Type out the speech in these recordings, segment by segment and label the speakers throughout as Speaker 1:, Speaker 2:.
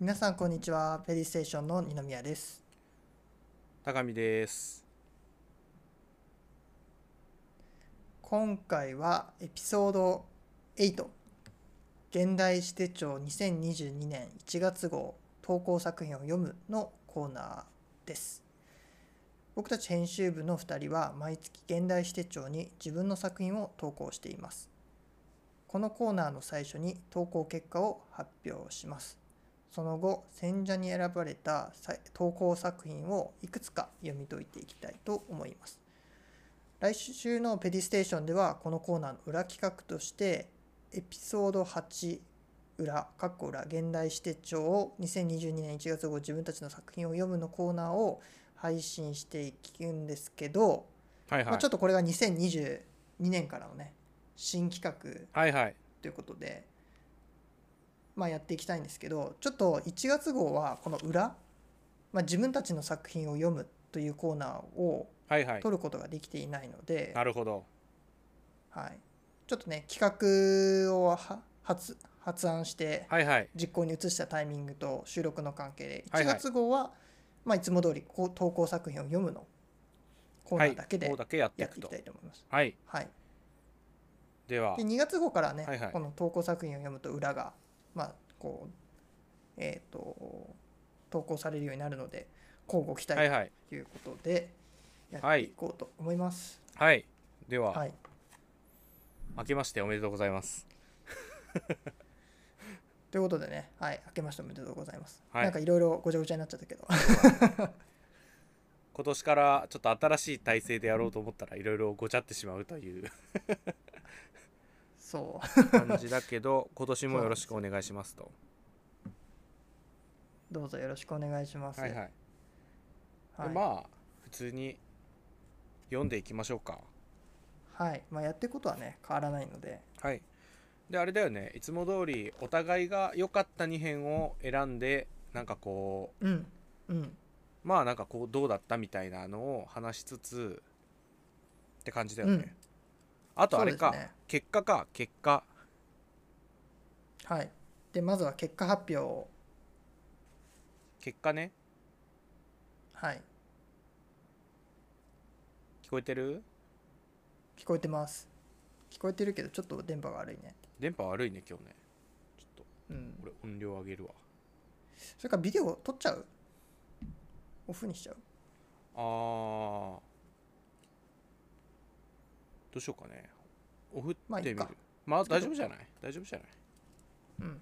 Speaker 1: 皆さんこんにちはペリステーションの二宮です
Speaker 2: 高見です。
Speaker 1: 今回はエピソード8現代史手帳2022年1月号投稿作品を読むのコーナーです僕たち編集部の2人は毎月現代史手帳に自分の作品を投稿していますこのコーナーの最初に投稿結果を発表しますその後選者に選ばれたさい投稿作品をいくつか読み解いていきたいと思います来週のペディステーションではこのコーナーの裏企画としてエピソード8裏かっこ裏現代史手帳を2022年1月号自分たちの作品を読むのコーナーを配信していくんですけど、
Speaker 2: はい
Speaker 1: まあ、
Speaker 2: はい
Speaker 1: ちょ。っとこれが2022年からのね新企画
Speaker 2: はいはい。
Speaker 1: ということで、まあ、やっていきたいんですけどちょっと1月号はこの裏、まあ、自分たちの作品を読むというコーナーを
Speaker 2: はいはい。
Speaker 1: 取ることができていないので、
Speaker 2: なるほど。
Speaker 1: はい、ちょっとね企画をは発発案して
Speaker 2: はいはい。
Speaker 1: 実行に移したタイミングと収録の関係で
Speaker 2: は
Speaker 1: 1
Speaker 2: いはい
Speaker 1: 月号は、まあ、いつも通りこう投稿作品を読むのコーナ
Speaker 2: は
Speaker 1: ー
Speaker 2: い。
Speaker 1: だけで
Speaker 2: こうだけやってい
Speaker 1: やって
Speaker 2: く
Speaker 1: いき
Speaker 2: と
Speaker 1: た。いと思います。
Speaker 2: はい。
Speaker 1: はい、
Speaker 2: では
Speaker 1: で。2月号からね、
Speaker 2: はいはい
Speaker 1: この投稿作品を読むと裏がまあこうえっ、と投稿されるようになるので交互期
Speaker 2: はい
Speaker 1: 待
Speaker 2: はい。
Speaker 1: ということでやっ
Speaker 2: は
Speaker 1: て
Speaker 2: い
Speaker 1: いこうと思います。
Speaker 2: はい。では、
Speaker 1: はい、
Speaker 2: 明けましておめでとうございます。
Speaker 1: ということでね、はい、明けましておめでとうございます。
Speaker 2: はい
Speaker 1: なんかいろいろごちゃごちゃになっちゃった けど、
Speaker 2: 今年からちょっと新しい体制でやろうと思ったらいろいろごちゃってしまうという
Speaker 1: そう、
Speaker 2: 感じだけ ど、今年もよろしくお願いしますと。
Speaker 1: どうぞよろしくお願いします。
Speaker 2: はいはい。
Speaker 1: はい
Speaker 2: でまあ、普通に読んでいきましょうか。
Speaker 1: はいまあ、やってることはね、変わらないので、
Speaker 2: はい。で、あれだよね。いつも通りお互いが良かった2編を選んで、なんかこう、
Speaker 1: うん、うん、
Speaker 2: まあなんかこうどうだったみたいなのを話しつつって感じだよね、
Speaker 1: うん
Speaker 2: あとあれ
Speaker 1: そ
Speaker 2: か、
Speaker 1: うですね
Speaker 2: 結果か結果
Speaker 1: はい。で、まずは結果発表を、
Speaker 2: 結果ね
Speaker 1: はい、
Speaker 2: 聞こえてる
Speaker 1: 聞こえてます。聞こえてるけど、ちょっと電波が悪いね。
Speaker 2: 電波悪いね今日ねちょっと
Speaker 1: うん、
Speaker 2: 俺音量上げるわ
Speaker 1: それからビデオ撮っちゃうオフにしちゃう
Speaker 2: あーどうしようかねオフって
Speaker 1: まあい
Speaker 2: み
Speaker 1: い
Speaker 2: るまあ
Speaker 1: か
Speaker 2: 大丈夫じゃない大丈夫じゃない
Speaker 1: うん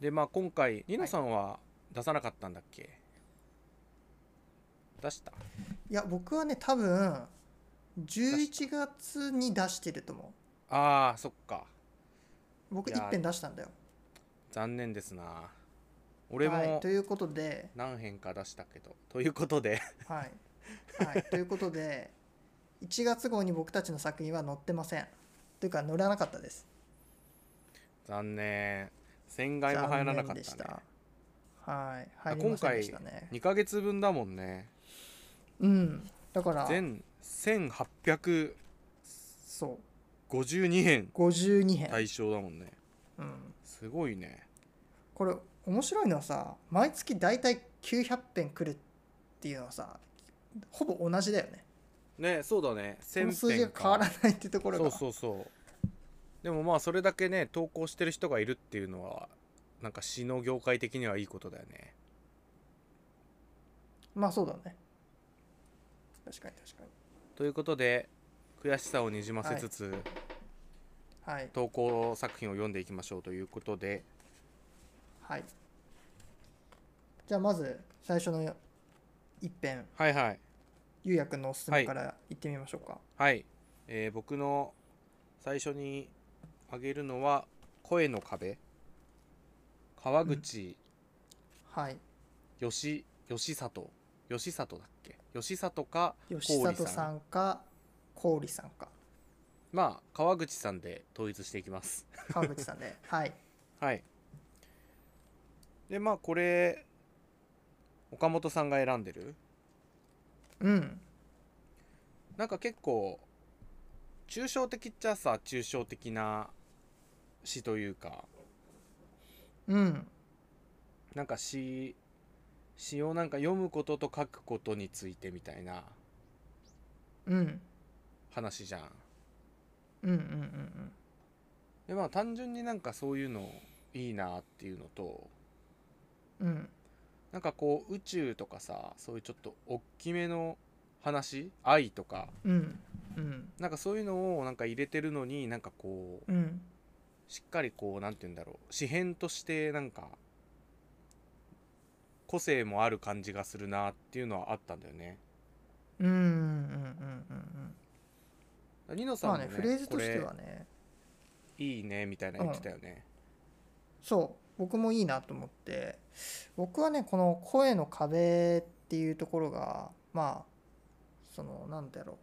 Speaker 2: でまあ今回ニノさんは出さなかったんだっけ、出した
Speaker 1: いや、僕はね、多分11月に出してると思
Speaker 2: あーそっか
Speaker 1: う。僕、
Speaker 2: いや
Speaker 1: 1編出したんだよ。
Speaker 2: 残念ですな俺も、
Speaker 1: はい、ということで、
Speaker 2: 何編か出したけどということで
Speaker 1: はい、はい、ということで1月号に僕たちの作品は載ってませんというか載らなかったです
Speaker 2: 残念仙外も入らなか
Speaker 1: 残念
Speaker 2: っ
Speaker 1: で
Speaker 2: た
Speaker 1: し
Speaker 2: ね
Speaker 1: たはい
Speaker 2: あ
Speaker 1: 入りませんでしたね
Speaker 2: 2ヶ月分だもんね
Speaker 1: うんだから
Speaker 2: 全1852
Speaker 1: そう
Speaker 2: 編
Speaker 1: 52編、
Speaker 2: 対象だもんね
Speaker 1: うん、
Speaker 2: すごいね
Speaker 1: これ面白いのはさ毎月大体900編来るっていうのはさほぼ同じだよね
Speaker 2: ねそうだね
Speaker 1: この数
Speaker 2: 1000
Speaker 1: 字
Speaker 2: 編
Speaker 1: が変わらないってところ
Speaker 2: そ
Speaker 1: が
Speaker 2: うそうそうでもまあそれだけね投稿してる人がいるっていうのはなんか詩の業界的にはいいことだよね
Speaker 1: まあそうだね確かに確か
Speaker 2: ということで悔しさをにじませつつ、
Speaker 1: にはい
Speaker 2: 投稿作品を読んでいきましょうということで
Speaker 1: はいじゃあまず最初の一編
Speaker 2: はいはい
Speaker 1: ゆうやくんのおすすめから行ってみましょうか
Speaker 2: はい、えー僕の最初に挙げるのは「声の壁」川口
Speaker 1: はい、
Speaker 2: 義義里義里だっけ義里か
Speaker 1: 吉
Speaker 2: 郡
Speaker 1: 里さんか氷さんか
Speaker 2: まあ川口さんで統一していきます
Speaker 1: 川口さんではい
Speaker 2: はいでまあこれ岡本さんが選んでる
Speaker 1: うん
Speaker 2: なんか結構抽象的っちゃさ抽象的な詩というか
Speaker 1: うん
Speaker 2: なんか詩詩をなんか読むことと書くことについてみたいな
Speaker 1: うん
Speaker 2: 話じゃん。
Speaker 1: うんうんうんうん
Speaker 2: でまあ単純になんかそういうのいいなっていうのと
Speaker 1: うん
Speaker 2: なんかこう宇宙とかさそういうちょっと大きめの話愛とか
Speaker 1: うんうん
Speaker 2: なんかそういうのをなんか入れてるのになんかこう
Speaker 1: うん
Speaker 2: しっかりこうなんて言うんだろう詩編としてなんか個性もある感じがするなっていうのはあったんだよね。
Speaker 1: うんうんうんうん
Speaker 2: ニノさん
Speaker 1: ま
Speaker 2: も
Speaker 1: あ
Speaker 2: ね,、
Speaker 1: ねフレーズとしてはね
Speaker 2: これいいねみたいな言ってたよね。
Speaker 1: そう僕もいいなと思って僕はねこの声の壁っていうところがまあそのなんだろ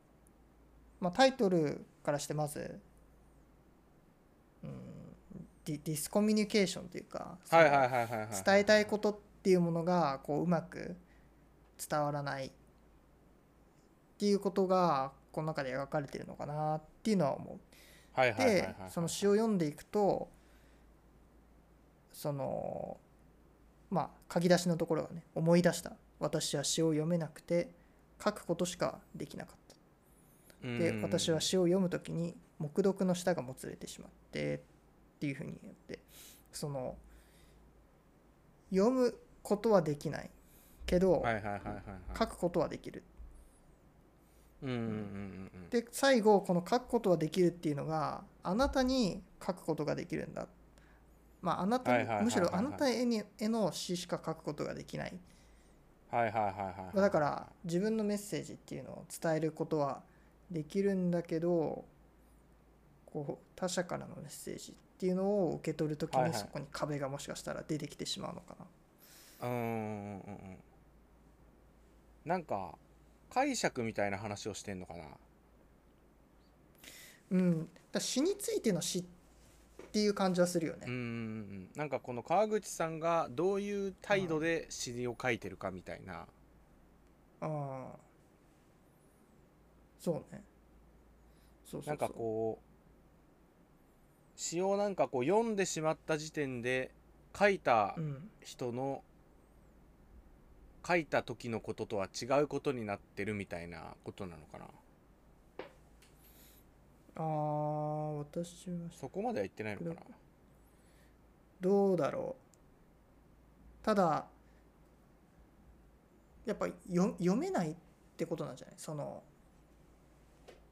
Speaker 1: う、まあ、タイトルからしてまず、うん、ディディスコミュニケーションというかその
Speaker 2: はいはいはいはいはい、
Speaker 1: 伝えたいことっていうものがこううまく伝わらないっていうことがこの中で描かれてるのかなっていうのは思う。
Speaker 2: はいはいはいはい
Speaker 1: でその詩を読んでいくとそのまあ書き出しのところがね思い出した私は詩を読めなくて書くことしかできなかっ
Speaker 2: うん
Speaker 1: たで私は詩を読む時に黙読の舌がもつれてしまってっていうふうに言ってその読むことはできないけど、
Speaker 2: はいはいはいはいはい
Speaker 1: 書くことはできる
Speaker 2: うんうんうんうんうん
Speaker 1: で最後この書くことはできるっていうのがあなたに書くことができるんだまああなたに
Speaker 2: はいはいはいはいはい
Speaker 1: むしろあなたへにへの詩しか書くことができない
Speaker 2: はいはいはいはいはい
Speaker 1: だから自分のメッセージっていうのを伝えることはできるんだけどこう他者からのメッセージっていうのを受け取る時
Speaker 2: はい
Speaker 1: に
Speaker 2: はい
Speaker 1: そこに壁がもしかしたら出てきてしまうのかな
Speaker 2: うんうんうんうんなんか解釈みたいな話をしてんのかな
Speaker 1: うんだから詩についての詩っていう感じはするよ
Speaker 2: うんう
Speaker 1: ね
Speaker 2: んうんなんかこの川口さんがどういう態度で詩を書いてるかみたいな、
Speaker 1: ああそうねそうそうそう
Speaker 2: なんかこう詩をなんかこう読んでしまった時点で書いた
Speaker 1: うん、
Speaker 2: 人の書いた時のこととは違うことになってるみたいなことなのかな
Speaker 1: ああ私は
Speaker 2: そこまでは言ってないのかな
Speaker 1: どうだろうただやっぱよ読めないってことなんじゃないその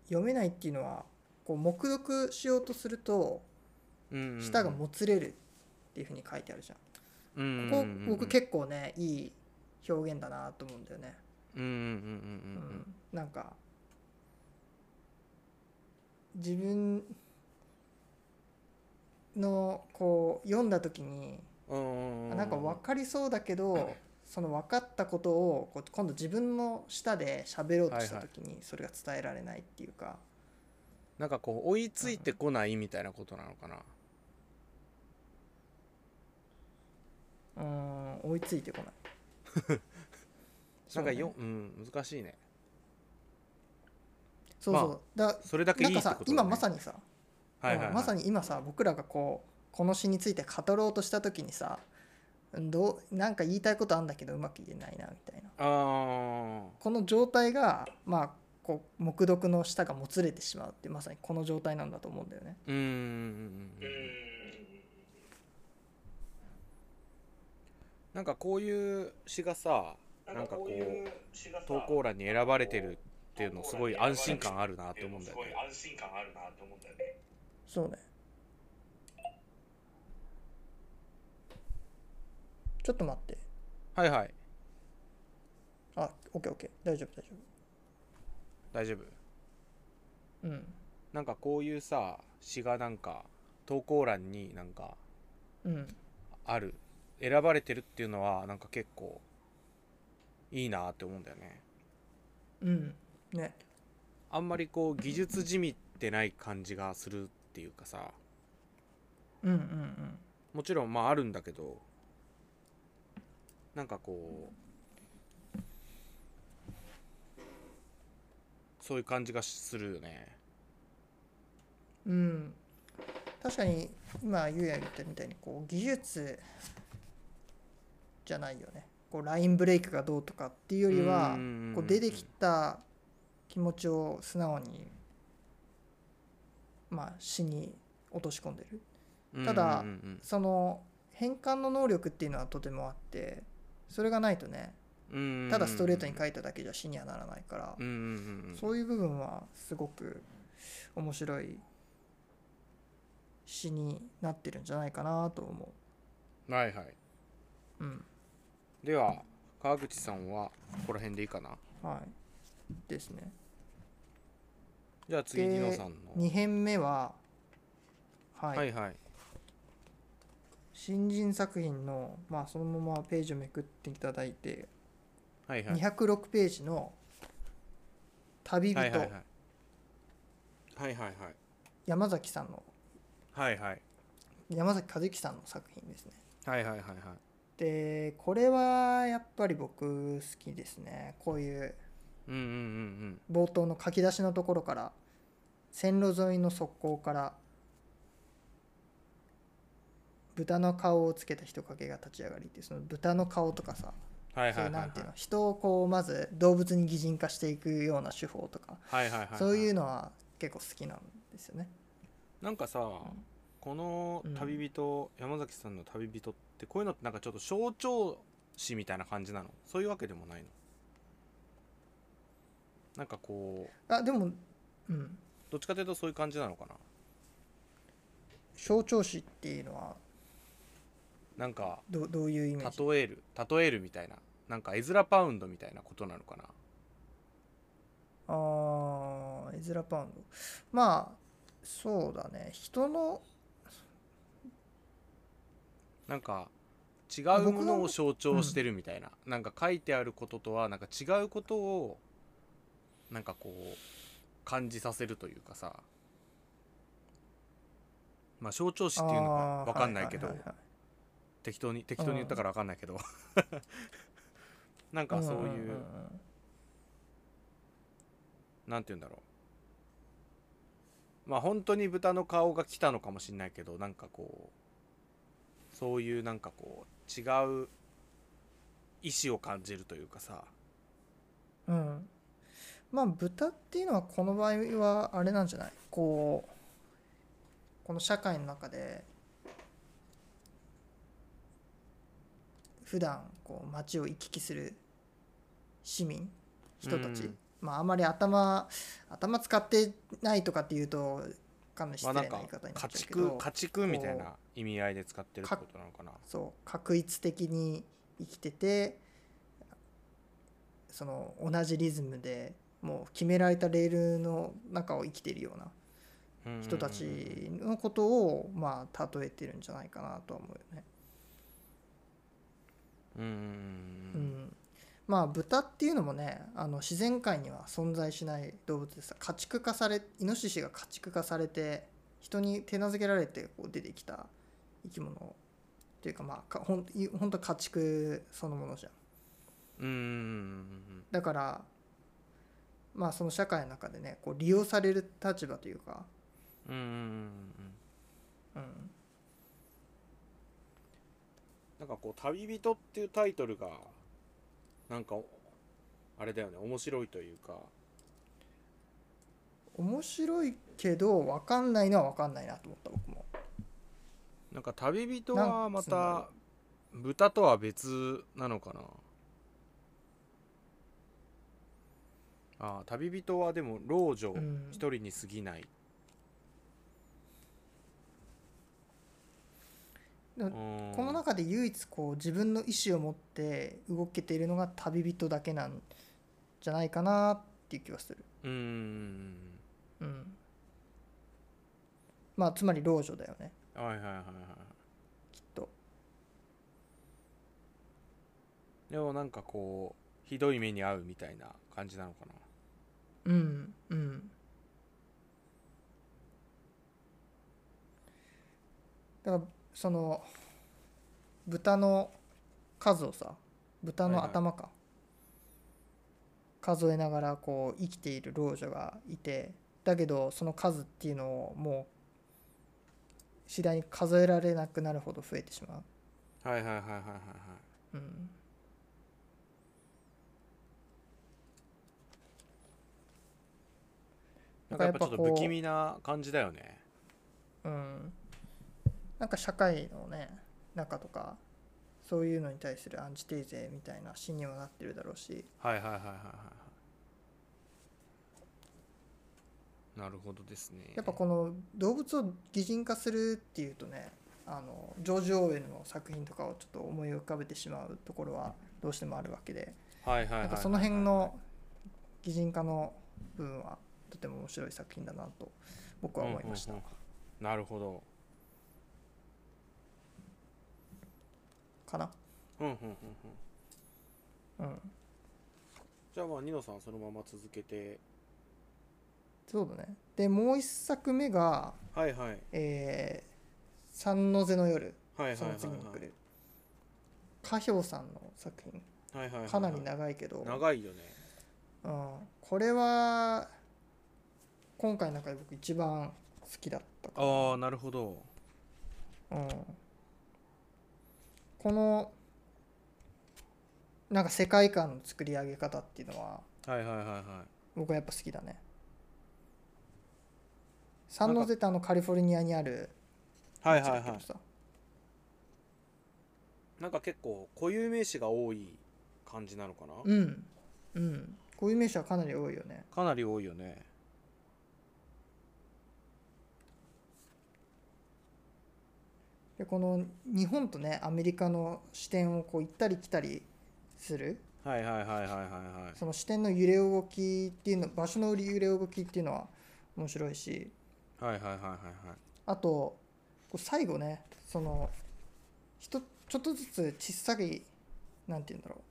Speaker 1: 読めないっていうのはこう黙読しようとすると
Speaker 2: うんうんうん
Speaker 1: 舌がもつれるっていうふうに書いてあるじゃん,、
Speaker 2: うんうんうん
Speaker 1: こ
Speaker 2: うん
Speaker 1: こ僕結構ねいい表現だなと思うんだよね、
Speaker 2: うんうんうん
Speaker 1: う
Speaker 2: うんうん
Speaker 1: ん、なんか自分のこう読んだ時に
Speaker 2: うん
Speaker 1: なんか分かりそうだけどその分かったことをこう今度自分の舌で喋ろうとした時にそれが伝えられないっていうか
Speaker 2: なんかこう追いついてこないみたいなことなのかな、
Speaker 1: うーん追いついてこない
Speaker 2: なんかよ
Speaker 1: そうね、
Speaker 2: うん難しいね
Speaker 1: そうそう
Speaker 2: ま
Speaker 1: だ
Speaker 2: それだけいい
Speaker 1: な
Speaker 2: っ
Speaker 1: ん
Speaker 2: て
Speaker 1: か
Speaker 2: ことだ、
Speaker 1: さ
Speaker 2: ね、
Speaker 1: 今まさにさ
Speaker 2: はいはい、は
Speaker 1: う
Speaker 2: い、
Speaker 1: んまさに今さ僕らがこうこの詩について語ろうとした時にさどうなんか言いたいことあんだけどうまく言えないなみたいな
Speaker 2: あー
Speaker 1: この状態がまあこう黙読の舌がもつれてしまうってまさにこの状態なんだと思うんだよね。
Speaker 2: うんうんうんうんなんかこういう詩がさなんかこう投稿欄に選ばれてるっていうのすごい安心感あるなと思うんだよね
Speaker 3: 安心感あるなと思うんだよね。
Speaker 1: そうねちょっと待って
Speaker 2: はいはい
Speaker 1: あオッケーオッケー大丈夫大丈
Speaker 2: 大丈夫
Speaker 1: 夫うん
Speaker 2: なんかこういうさ詩がなんか投稿欄になんか
Speaker 1: うん
Speaker 2: ある選ばれてるっていうのはなんか結構いいなって思うんだよね
Speaker 1: うんね
Speaker 2: あんまりこう技術じみってない感じがするっていうかさ
Speaker 1: うんうんうん
Speaker 2: もちろんまああるんだけどなんかこうそういう感じがするよね
Speaker 1: うん、確かに今ゆうや言ったみたいにこう技術じゃないよねこうラインブレイクがどうとかっていうよりは
Speaker 2: うん
Speaker 1: こう出てきた気持ちを素直にまあ詩に落とし込んでるただ
Speaker 2: うんうん
Speaker 1: その変換の能力っていうのはとてもあってそれがないとね
Speaker 2: うん
Speaker 1: ただストレートに書いただけじゃ詩にはならないから
Speaker 2: うんうんうんうん
Speaker 1: そういう部分はすごく面白い詩になってるんじゃないかなと思。
Speaker 2: はいはいう
Speaker 1: うん
Speaker 2: では川口さんはここら辺でいいかな
Speaker 1: はい、ですね。
Speaker 2: じゃあ次
Speaker 1: で
Speaker 2: ニノさんの
Speaker 1: 2編目は、はい
Speaker 2: はいはい
Speaker 1: 新人作品の、まあ、そのままページをめくっていただいて、
Speaker 2: はいはい
Speaker 1: 206ページの「旅人、
Speaker 2: はいはいはいはいはいはい
Speaker 1: 山崎さんの
Speaker 2: はいはい
Speaker 1: 山崎和樹さんの作品ですね。
Speaker 2: はいはいはいはい
Speaker 1: でこれはやっぱり僕好きですねこういう
Speaker 2: うんうんうん
Speaker 1: 冒頭の書き出しのところから線路沿いの側溝から豚の顔をつけた人影が立ち上がりってその豚の顔とかさ
Speaker 2: うんはい
Speaker 1: そ
Speaker 2: は
Speaker 1: うい
Speaker 2: いうはい
Speaker 1: な
Speaker 2: は
Speaker 1: いんていうの人をこうまず動物に擬人化していくような手法とか
Speaker 2: はいはいはい
Speaker 1: そういう
Speaker 2: う
Speaker 1: のは結構好きなんですよね。
Speaker 2: なんかさ
Speaker 1: ん
Speaker 2: この旅人山崎さんの旅人ってこういうのってなんかちょっと象徴詩みたいな感じなのそういうわけでもないのなんかこう
Speaker 1: あでも、うん、
Speaker 2: どっちかというとそういう感じなのかな
Speaker 1: 象徴詞っていうのは
Speaker 2: なんか
Speaker 1: どどういうイメージ
Speaker 2: 例える例えるみたいななんか絵面パウンドみたいなことなのかな
Speaker 1: あーエズラ・パウンドまあそうだね人の
Speaker 2: なんか違
Speaker 1: あ
Speaker 2: う
Speaker 1: 僕の
Speaker 2: ものを象徴してるみたいな、なんか書いてあることとはなんか違うことをなんかこう感じさせるというかさまあ象徴詞っていうの
Speaker 1: あ
Speaker 2: か
Speaker 1: ー
Speaker 2: 分かんないけど、
Speaker 1: はいはいはい
Speaker 2: 適当に適当に言ったから分かんないけど なんかそうい
Speaker 1: ん
Speaker 2: う,、
Speaker 1: んん
Speaker 2: なんて言うんだろうまあ本当に豚の顔が来たのかもしれないけどなんかこうそういうなんかこう違う意志を感じるというかさ
Speaker 1: うん、うんまあ豚っていうのはこの場合はあれなんじゃないこうこの社会の中で普段こう街を行き来する市民人たち、
Speaker 2: うん
Speaker 1: まああまり頭頭使ってないとかっていうとかなり失
Speaker 2: まあ
Speaker 1: 礼な
Speaker 2: なん
Speaker 1: 言
Speaker 2: か
Speaker 1: い方にな
Speaker 2: 家
Speaker 1: っちゃうけど、
Speaker 2: 畜家畜みたいな
Speaker 1: こ
Speaker 2: 意味合いで使ってるってことなのかな
Speaker 1: そう確一的に生きててその同じリズムでもう決められたレールの中を生きてるような
Speaker 2: うんうんうん
Speaker 1: 人たちのことをまあ例えてるんじゃないかなとは思うよね。
Speaker 2: うんうん
Speaker 1: う
Speaker 2: うん
Speaker 1: ん、まあ豚っていうのもねあの自然界には存在しない動物でさ家畜化されイノシシが家畜化されて人に手なずけられてこう出てきた生き物というかまあかほんほんと家畜そのものじゃん。
Speaker 2: うんうんうん
Speaker 1: だからまあその社会の中でねこう利用される立場というか、
Speaker 2: うんうんうんうんうん
Speaker 1: うん、
Speaker 2: なんかこう「旅人」っていうタイトルがなんかあれだよね面白いというか
Speaker 1: 面白いけど分かんないのは分かんないなと思った僕も
Speaker 2: なんか旅人
Speaker 1: な
Speaker 2: は
Speaker 1: ん
Speaker 2: ま
Speaker 1: つうんだろ
Speaker 2: た豚とは別なのかなああ旅人はでも老女
Speaker 1: うん
Speaker 2: 一人に過ぎない、
Speaker 1: で
Speaker 2: うん
Speaker 1: この中で唯一こう自分の意思を持って動けているのが旅人だけなんじゃないかなっていう気はする、
Speaker 2: うーん
Speaker 1: うん、まあつまり老女だよね
Speaker 2: はいはいはいは
Speaker 1: きっと
Speaker 2: いでもなんかこうひどい目に遭うみたいな感じなのかな
Speaker 1: うんうんだからその豚の数をさ豚の頭か、数えながらこう生きている老女がいてだけどその数っていうのをもう次第に数えられなくなるほど増えてしまう
Speaker 2: はいはいはいはいはいはい
Speaker 1: うん
Speaker 2: なんかやっぱちょっと
Speaker 1: やっぱこう
Speaker 2: 不気味な感じだよね
Speaker 1: うん、なんか社会のね中とかそういうのに対するアンチテーゼみたいな詩にもなってるだろうし、
Speaker 2: はいはいはいはいはいはいなるほどですね
Speaker 1: やっぱこの動物を擬人化するっていうとねあのジョージ・オーウェルの作品とかをちょっと思い浮かべてしまうところはどうしてもあるわけで
Speaker 2: はいはいは
Speaker 1: なん
Speaker 2: いはい
Speaker 1: かその辺の擬人化の部分はとても面白い作品だなと僕は思いました。
Speaker 2: うんうんうんなるほど
Speaker 1: かな、
Speaker 2: うんうんうんうん
Speaker 1: うん、
Speaker 2: じゃあまあニノさんそのまま続けて
Speaker 1: そうだねでもう一作目が
Speaker 2: はいはいはい
Speaker 1: えー「三の瀬の夜」
Speaker 2: はいはい
Speaker 1: そ
Speaker 2: はい
Speaker 1: の次に来る花氷、さんの作品
Speaker 2: はいはいはい
Speaker 1: かなり長いけど、
Speaker 2: 長いよね
Speaker 1: うん、これは今回の中で僕一番好きだったか
Speaker 2: ああなるほど
Speaker 1: な、うん、このなんか世界観の作り上げ方っていうのは
Speaker 2: はいはいはいは
Speaker 1: 僕はやっぱ好きだね三ノ瀬ってあのカリフォルニアにある
Speaker 2: いはいは
Speaker 1: 街
Speaker 2: い
Speaker 1: だ
Speaker 2: は
Speaker 1: けどさ
Speaker 2: いなんか結構固有名詞が多い感じなのかな、
Speaker 1: うんうんこういう名詞はかなり多いよね
Speaker 2: かなり多いよね
Speaker 1: でこの日本とねアメリカの視点をこう行ったり来たりする
Speaker 2: はいはいはいはいはいはい
Speaker 1: その視点の揺れ動きっていうの場所の揺れ動きっていうのは面白いし
Speaker 2: はいはいはいはいはい
Speaker 1: あとこう最後ねそのひとちょっとずつ小さいなんて言うんだろう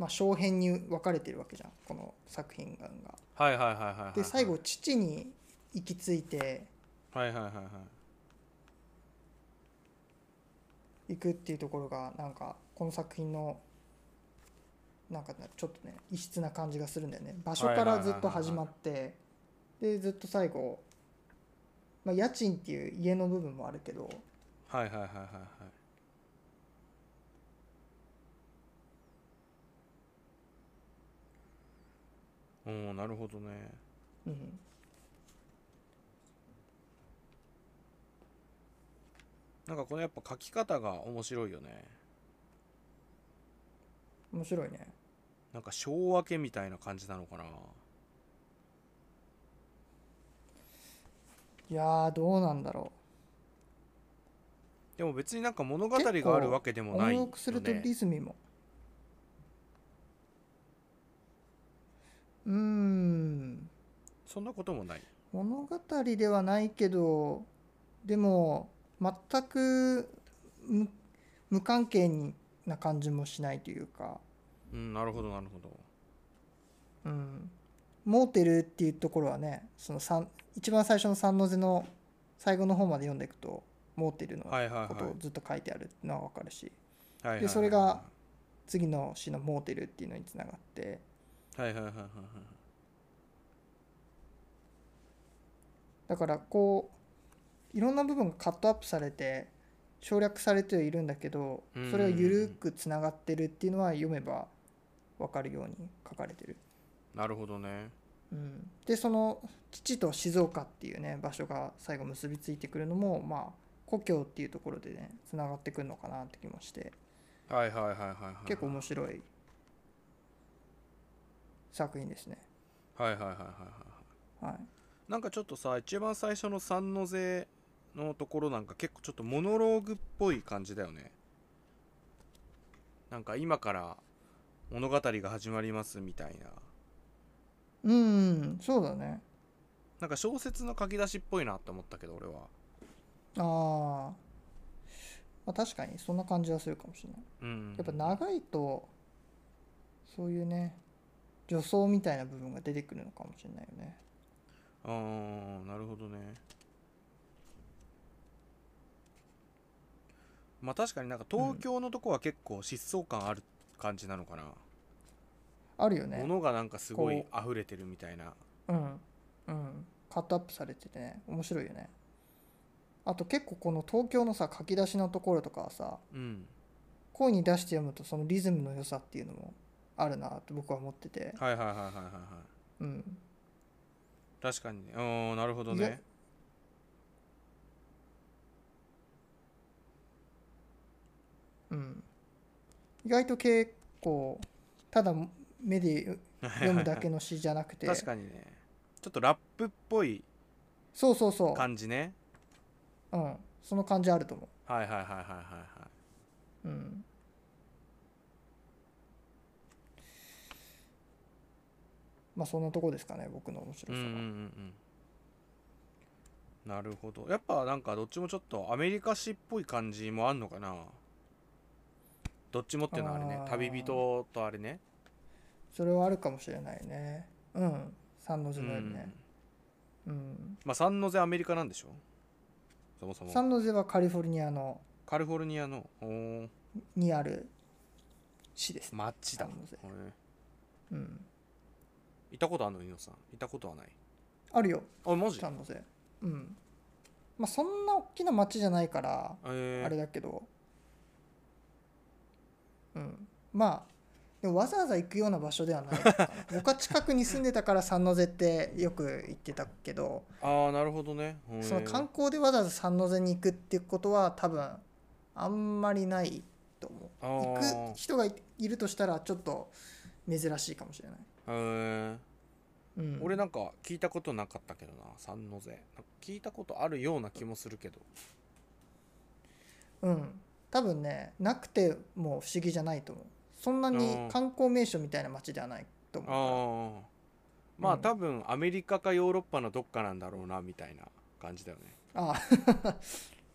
Speaker 1: まあ小編に分かれてるわけじゃんこの作品が。
Speaker 2: はいはいはいはいはい
Speaker 1: で最後父に行き着いて
Speaker 2: はいはいはいはい
Speaker 1: いくっていうところがなんかこの作品のなんかねちょっとね異質な感じがするんだよね場所からずっと始まってでずっと最後、まあ、家賃っていう家の部分もあるけど
Speaker 2: はいはいはいはいはいおーなるほどね
Speaker 1: うん
Speaker 2: なんかこのやっぱ書き方が面白いよね
Speaker 1: 面白いね
Speaker 2: なんか昭和家みたいな感じなのかない
Speaker 1: やーどうなんだろ
Speaker 2: でも別になんか物語があるわけで
Speaker 1: う
Speaker 2: もな
Speaker 1: 音
Speaker 2: いよ、
Speaker 1: 読するとリ
Speaker 2: ね、
Speaker 1: ズムもうーん
Speaker 2: そんなこともない
Speaker 1: 物語ではないけどでも全く無無関係な感じもしないというか、
Speaker 2: うんなるほどなるほど
Speaker 1: うん、モーテルっていうところはねその三一番最初の三の瀬の最後の方まで読んでいくとモーテルの
Speaker 2: はいはいはい
Speaker 1: ことをずっと書いてあるのは分かるし、
Speaker 2: はいはいはい
Speaker 1: でそれが次の詩のモーテルっていうのにつながって
Speaker 2: はいはいはいはいはい
Speaker 1: だからこういろんな部分がカットアップされて省略されてはいるんだけど
Speaker 2: うん
Speaker 1: それが緩くつながってるっていうのは読めば分かるように書かれてる。
Speaker 2: なるほどね
Speaker 1: うん、でその父と静岡っていうね場所が最後結びついてくるのもまあ故郷っていうところでねつながってくるのかなって気もして
Speaker 2: はいはいはいはいはい
Speaker 1: 結構面白い作品ですね。
Speaker 2: はいはいはいはいはい
Speaker 1: はい、
Speaker 2: なんかちょっとさ一番最初の三の瀬のところなんか結構ちょっとモノローグっぽい感じだよねなんか今から物語が始まりますみたいな
Speaker 1: うんそうだね。
Speaker 2: なんか小説の書き出しっぽいなって思ったけど俺は
Speaker 1: あー、まあ確かにそんな感じはするかもしれない。
Speaker 2: うん
Speaker 1: やっぱ長いとそういうね女装みたいな部分が出てくるのかもしれないよね
Speaker 2: あーなるほどねまあ確かになんか東京のとこは結構疾走感ある感じなのかな、
Speaker 1: あるよね
Speaker 2: 物がなんかすごい
Speaker 1: こ
Speaker 2: 溢れてるみたいな
Speaker 1: うんうんカットアップされててね面白いよねあと結構この東京のさ書き出しのところとかはさ
Speaker 2: うん
Speaker 1: 声に出して読むとそのリズムの良さっていうのもあるなと僕は思ってて、
Speaker 2: はいはいはいはいはいはい
Speaker 1: うん、
Speaker 2: 確かにねうーんなるほど
Speaker 1: いや
Speaker 2: ね
Speaker 1: うん、意外と結構ただ目で読むだけの詩じゃなくて
Speaker 2: 確かにねちょっとラップっぽい
Speaker 1: そうそうそ
Speaker 2: 感じね
Speaker 1: う、うん、その感じあると思、
Speaker 2: はいはいはいはいはいはいう
Speaker 1: うん、まあそんなとこですかね僕の面白
Speaker 2: う
Speaker 1: さ
Speaker 2: ん
Speaker 1: は、
Speaker 2: うんうんうんなるほどやっぱなんかどっちもちょっとアメリカ史っぽい感じもあんのかなどっちもっていうのはあれね
Speaker 1: あー
Speaker 2: 旅人とあれね
Speaker 1: それはあるかもしれないねうん三の
Speaker 2: う
Speaker 1: 字のよりね
Speaker 2: ん
Speaker 1: うん、
Speaker 2: まあ三の瀬アメリカなんでしょそもそも
Speaker 1: 三の字はカリフォルニアの
Speaker 2: カリフォルニアのおー
Speaker 1: にある市です、
Speaker 2: 町だ
Speaker 1: サンノゼ
Speaker 2: へー
Speaker 1: うん、
Speaker 2: 行ったことあるのイノさん行ったことはない
Speaker 1: あるよ
Speaker 2: あマジ
Speaker 1: サンノゼうんまあそんな大きな町じゃないから
Speaker 2: えー
Speaker 1: あれだけど、うん、まあでもわざわざ行くような場所では ないかな僕は近くに住んでたから三ノ瀬ってよく行ってたけど
Speaker 2: ああなるほどねへー
Speaker 1: その観光でわざわざ三ノ瀬に行くっていうことは多分あんまりないと思
Speaker 2: あ
Speaker 1: う
Speaker 2: ー
Speaker 1: 行く人がいいるとしたらちょっと珍しいかもしれない、
Speaker 2: へー
Speaker 1: うん、
Speaker 2: 俺なんか聞いたことなかったけどな三の瀬なんか聞いたことあるような気もするけど
Speaker 1: うん多分ねなくても不思議じゃないと思うそんな
Speaker 2: う
Speaker 1: に
Speaker 2: ん
Speaker 1: 観光名所みたいな街ではないと思うから
Speaker 2: ああまあ、
Speaker 1: うん
Speaker 2: 多分アメリカかヨーロッパのどっかなんだろうなみたいな感じだよね
Speaker 1: あ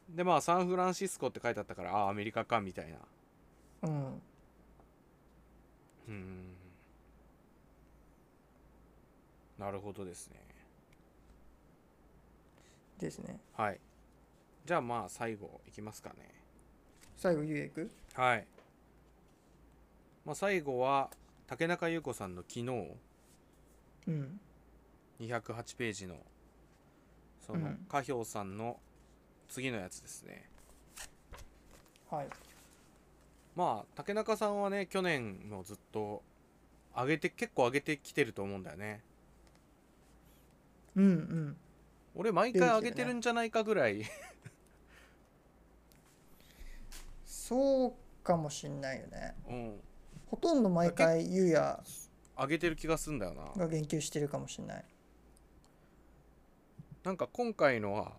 Speaker 2: でまあサンフランシスコって書いてあったからああアメリカかみたいな
Speaker 1: あ うん
Speaker 2: うーんなるほどですね
Speaker 1: ですね
Speaker 2: はいじゃあまあ最後いきますかね
Speaker 1: 最後ゆうえいく
Speaker 2: はい、まあ、最後は竹中優子さんの「昨日
Speaker 1: うん」
Speaker 2: 208ページのそうの
Speaker 1: ん
Speaker 2: 花氷、さんの次のやつですね
Speaker 1: はい
Speaker 2: まあ竹中さんはね去年もずっと上げて結構上げてきてると思うんだよね
Speaker 1: うんうん
Speaker 2: 俺毎回上げてるんじゃないかぐらい、
Speaker 1: そうかもしんないよね
Speaker 2: うん
Speaker 1: ほとんど毎回ゆうや
Speaker 2: 上げてる気がすんだよな
Speaker 1: が言及してるかもしんない
Speaker 2: なんか今回のは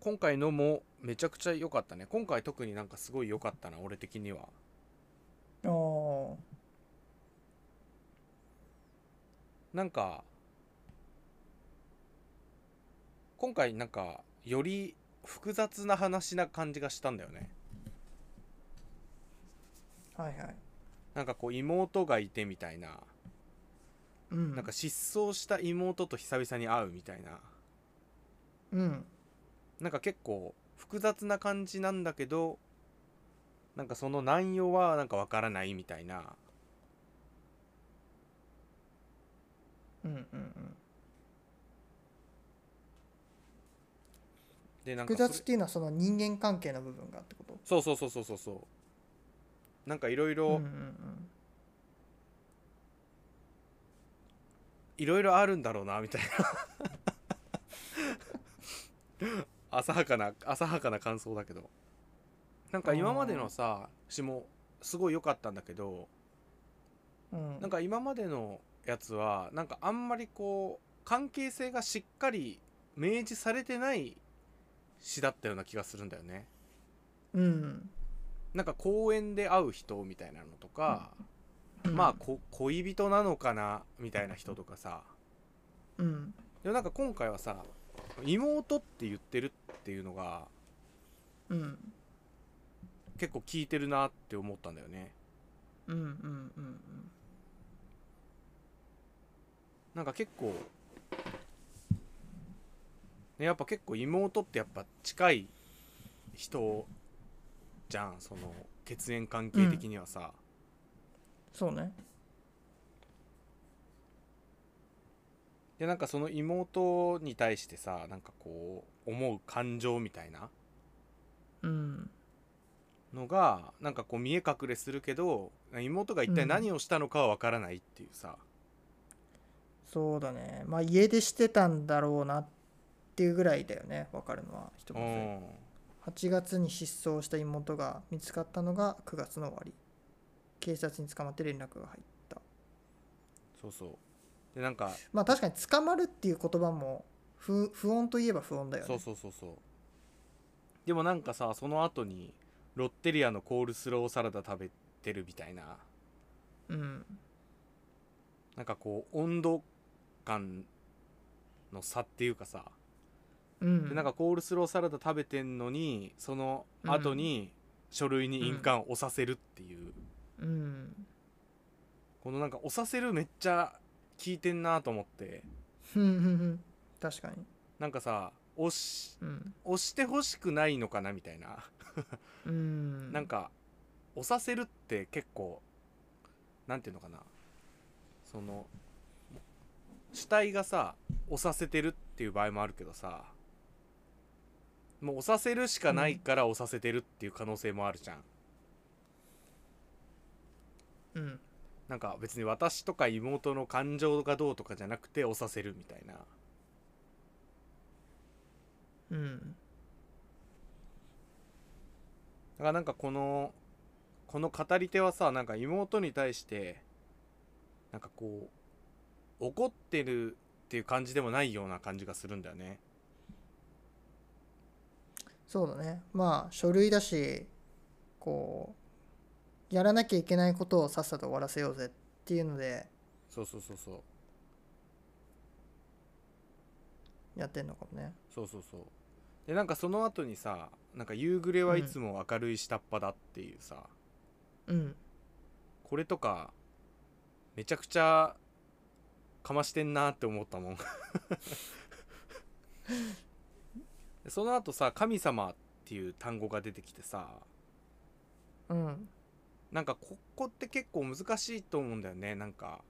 Speaker 2: 今回のもめちゃくちゃ良かったね今回特になんかすごい良かったな俺的には
Speaker 1: あー
Speaker 2: なんか今回なんかより複雑な話な感じがしたんだよね
Speaker 1: はいはい
Speaker 2: なんかこう妹がいてみたいな
Speaker 1: うん
Speaker 2: なんか失踪した妹と久々に会うみたいな
Speaker 1: うん
Speaker 2: なんか結構複雑な感じなんだけどなんかその内容はなんかわからないみたいな
Speaker 1: うんうんうん
Speaker 2: でなんか
Speaker 1: 複
Speaker 2: それ
Speaker 1: 雑っていうのはその人間関係の部分がってこと
Speaker 2: そうそうそうそうそうそうなんかいろい
Speaker 1: うんう
Speaker 2: ろ
Speaker 1: んうん
Speaker 2: いろいろあるんだろうなみたいな浅はかな浅はかな感想だけどなんか今までのさ詩もすごい良かったんだけど
Speaker 1: うん
Speaker 2: なんか今までのやつはなんかあんまりこう関係性がしっかり明示されてない詩だったような気がするんだよね
Speaker 1: うん
Speaker 2: なんか公園で会う人みたいなのとか、まあこ恋人なのかなみたいな人とかさ
Speaker 1: うん
Speaker 2: でもなんか今回はさ妹って言ってるっていうのが
Speaker 1: うん
Speaker 2: 結構効いてるなって思ったんだよね
Speaker 1: うんうんうんうん
Speaker 2: なんか結構ねやっぱ結構妹ってやっぱ近い人じゃんその血縁関係的にはさ、
Speaker 1: そうね
Speaker 2: でなんかその妹に対してさなんかこう思う感情みたいな
Speaker 1: うん
Speaker 2: のがなんかこう見え隠れするけど妹が一体何をしたのかは分からないっていうさ、
Speaker 1: そうだねまあ家出してたんだろうなっていうぐらいだよね分かるのはひと
Speaker 2: う
Speaker 1: まず
Speaker 2: ん
Speaker 1: 8月に失踪した妹が見つかったのが9月の終わり警察に捕まって連絡が入った
Speaker 2: そうそうでなんか、
Speaker 1: まあ確かに捕まるっていう言葉も不不穏といえば不穏だよね
Speaker 2: そうそうそうそうでもなんかさその後にロッテリアのコールスローサラダ食べてるみたいな
Speaker 1: うん
Speaker 2: なんかこう温度感の差っていうかさ、
Speaker 1: うん
Speaker 2: でなんかコールスローサラダ食べてんのにその後に書類に印鑑を押させるっていう、
Speaker 1: うん
Speaker 2: このなんか押させるめっちゃ効いてんなと思って
Speaker 1: ふんふんふん確かに
Speaker 2: なんかさ押し
Speaker 1: うん
Speaker 2: 押してほしくないのかなみたいな、
Speaker 1: うん
Speaker 2: なんか押させるって結構なんていうのかなその主体がさ押させてるっていう場合もあるけどさもう押させるしかないから押させてるっていう可能性もあるじゃん
Speaker 1: うん
Speaker 2: なんか別に私とか妹の感情がどうとかじゃなくて押させるみたいな
Speaker 1: うん
Speaker 2: だからなんかこのこの語り手はさなんか妹に対してなんかこう怒ってるっていう感じでもないような感じがするんだよね
Speaker 1: そうだねまあ書類だしこうやらなきゃいけないことをさっさと終わらせようぜっていうので
Speaker 2: そうそうそうそう
Speaker 1: やってんのかもね
Speaker 2: そうそうそうでなんかその後にさなんか夕暮れはいつも明るい下っ端だっていうさ、
Speaker 1: うん
Speaker 2: これとかめちゃくちゃかましてんなって思ったもん その後さ「神様」っていう単語が出てきてさ
Speaker 1: うん
Speaker 2: なんかここって結構難しいと思うんだよねなんか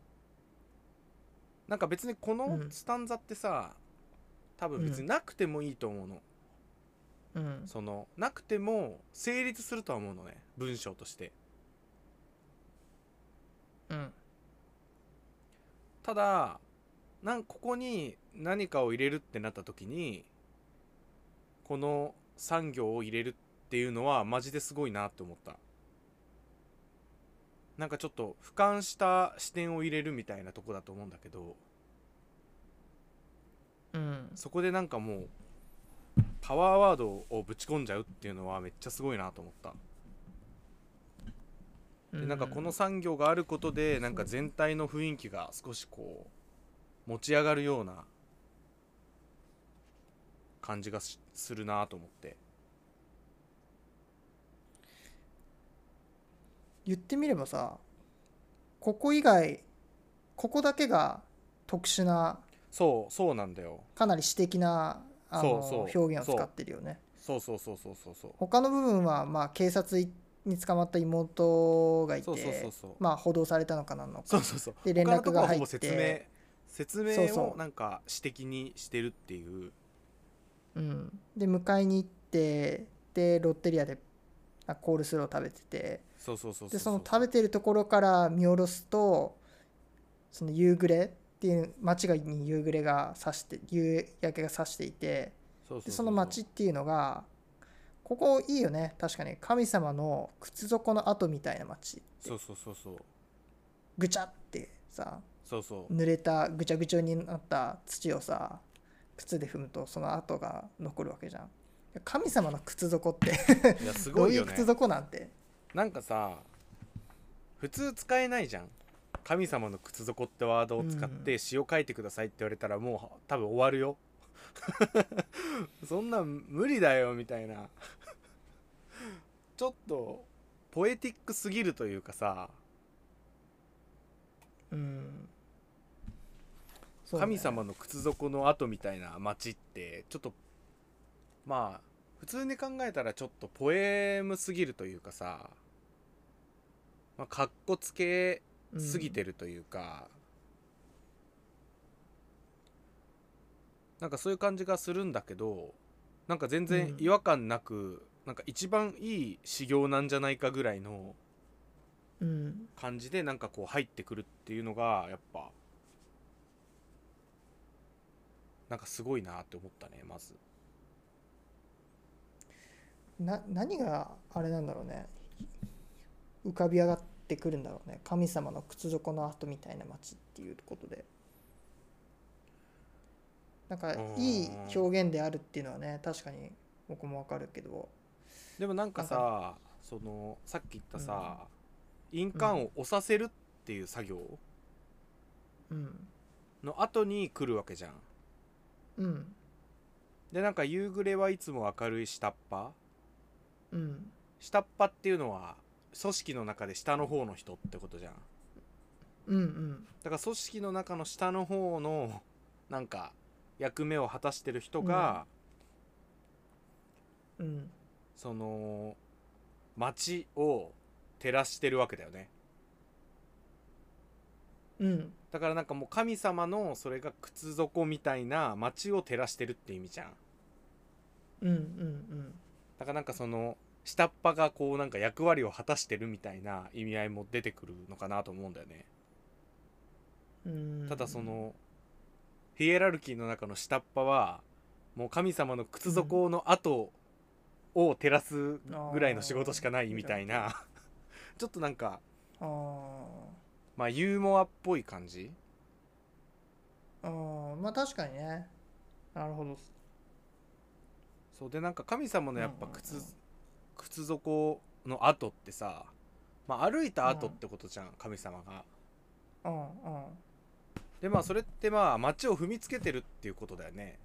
Speaker 2: なんか別にこの
Speaker 1: うん
Speaker 2: スタンザってさ、多分別
Speaker 1: う
Speaker 2: になくてもいいと思うの、
Speaker 1: うん
Speaker 2: そのなくても成立するとは思うのね文章として
Speaker 1: うん
Speaker 2: ただなんここに何かを入れるってなった時にこの産業を入れるっていうのはマジですごいなって思ったなんかちょっと俯瞰した視点を入れるみたいなとこだと思うんだけど
Speaker 1: うん
Speaker 2: そこでなんかもうパワーワードをぶち込んじゃうっていうのはめっちゃすごいなと思ったでなんかこの産業があることでなんか全体の雰囲気が少しこう持ち上がるような感じがしするなと思って
Speaker 1: 言ってみればさここ以外ここだけが特殊な
Speaker 2: そうそうなんだよ
Speaker 1: かなり詩的なあの
Speaker 2: そうそう
Speaker 1: 表現を使ってるよね
Speaker 2: そうそうそうそうそうそう
Speaker 1: 他の部分は、まあ、警察に捕まった妹がいて
Speaker 2: そうそうそうそう
Speaker 1: まあ報道されたのかなんのか
Speaker 2: そうそうそう
Speaker 1: で連
Speaker 2: 他の
Speaker 1: 絡
Speaker 2: とこ
Speaker 1: が
Speaker 2: はほ
Speaker 1: 入
Speaker 2: ぼ
Speaker 1: っ
Speaker 2: 説明
Speaker 1: て
Speaker 2: 説
Speaker 1: そう
Speaker 2: 明
Speaker 1: そ
Speaker 2: を
Speaker 1: う
Speaker 2: なんか私的にしてるっていう
Speaker 1: うん、で迎えに行ってでロッテリアであコールスロー食べてて
Speaker 2: そうそうそうそう
Speaker 1: で
Speaker 2: そ
Speaker 1: そうの食べてるところから見下ろすとその夕暮れっていう街がに夕暮れが差して夕焼けが差していて
Speaker 2: そう
Speaker 1: でその街っていうのがここいいよね確かに神様の靴底の跡みたいな街
Speaker 2: そうそうそうそう
Speaker 1: ぐちゃってさ
Speaker 2: そうそう
Speaker 1: 濡れたぐちゃぐちゃになった土をさ靴で踏むとその跡が残るわけじゃん神様の靴底って
Speaker 2: いやす
Speaker 1: ど
Speaker 2: ご
Speaker 1: う
Speaker 2: い
Speaker 1: い
Speaker 2: よ
Speaker 1: う
Speaker 2: ね
Speaker 1: 靴底なんて
Speaker 2: なんかさ普通使えないじゃん神様の靴底ってワードを使って詩を書いてくださいって言われたらもう多分終わるよ そんなん無理だよみたいなちょっとポエティックすぎるというかさ
Speaker 1: うんそうね
Speaker 2: 神様の靴底の跡みたいな街ってちょっとまあ普通に考えたらちょっとポエムすぎるというかさまあかっこつけ過ぎてるというか、なんかそういう感じがするんだけどなんか全
Speaker 1: う
Speaker 2: 然
Speaker 1: ん
Speaker 2: 違和感なくなんか一番いい修行なんじゃないかぐらいの
Speaker 1: うん
Speaker 2: 感じでなんかこう入ってくるっていうのがやっぱなんかすごいなって思ったねまず
Speaker 1: な何があれなんだろうね浮かび上がってくるんだろうね神様の靴底の跡みたいな街っていうことでなんか
Speaker 2: うん
Speaker 1: いい表現であるっていうのはね確かに僕もわかるけど
Speaker 2: でもなんかさそのさっき言ったさ、印鑑を押させるっていう作業
Speaker 1: うん
Speaker 2: の後に来るわけじゃん
Speaker 1: うん
Speaker 2: でなんか夕暮れはいつも明るい下っ端
Speaker 1: うん
Speaker 2: 下っ端っていうのは組織の中で下の方の人ってことじゃん
Speaker 1: うんうん
Speaker 2: だから組織の中の下の方のなんか役目を果たしてる人が、
Speaker 1: うん
Speaker 2: その街を照らしてるわけだよね
Speaker 1: うん
Speaker 2: だからなんかもう神様のそれが靴底みたいな街を照らしてるって意味じゃん
Speaker 1: うんうん
Speaker 2: だからなんかその下っ端がこうなんか役割を果たしてるみたいな意味合いも出てくるのかなと思うんだよね
Speaker 1: うんうん
Speaker 2: ただそのヒエラルキーの中の下っ端はもう神様の靴底の跡を照らすぐらいの仕事しかないみたいな ちょっとなんか
Speaker 1: あー
Speaker 2: まあユーモアっぽい感じ
Speaker 1: あーまあ確かにねなるほど
Speaker 2: そうでなんか神様のやっぱ
Speaker 1: うんうんうん
Speaker 2: 靴,、靴底の跡ってさ、まあ、歩いた跡ってことじゃん、神様が
Speaker 1: うん
Speaker 2: でまあそれってまあ街を踏みつけてるっていうことだよね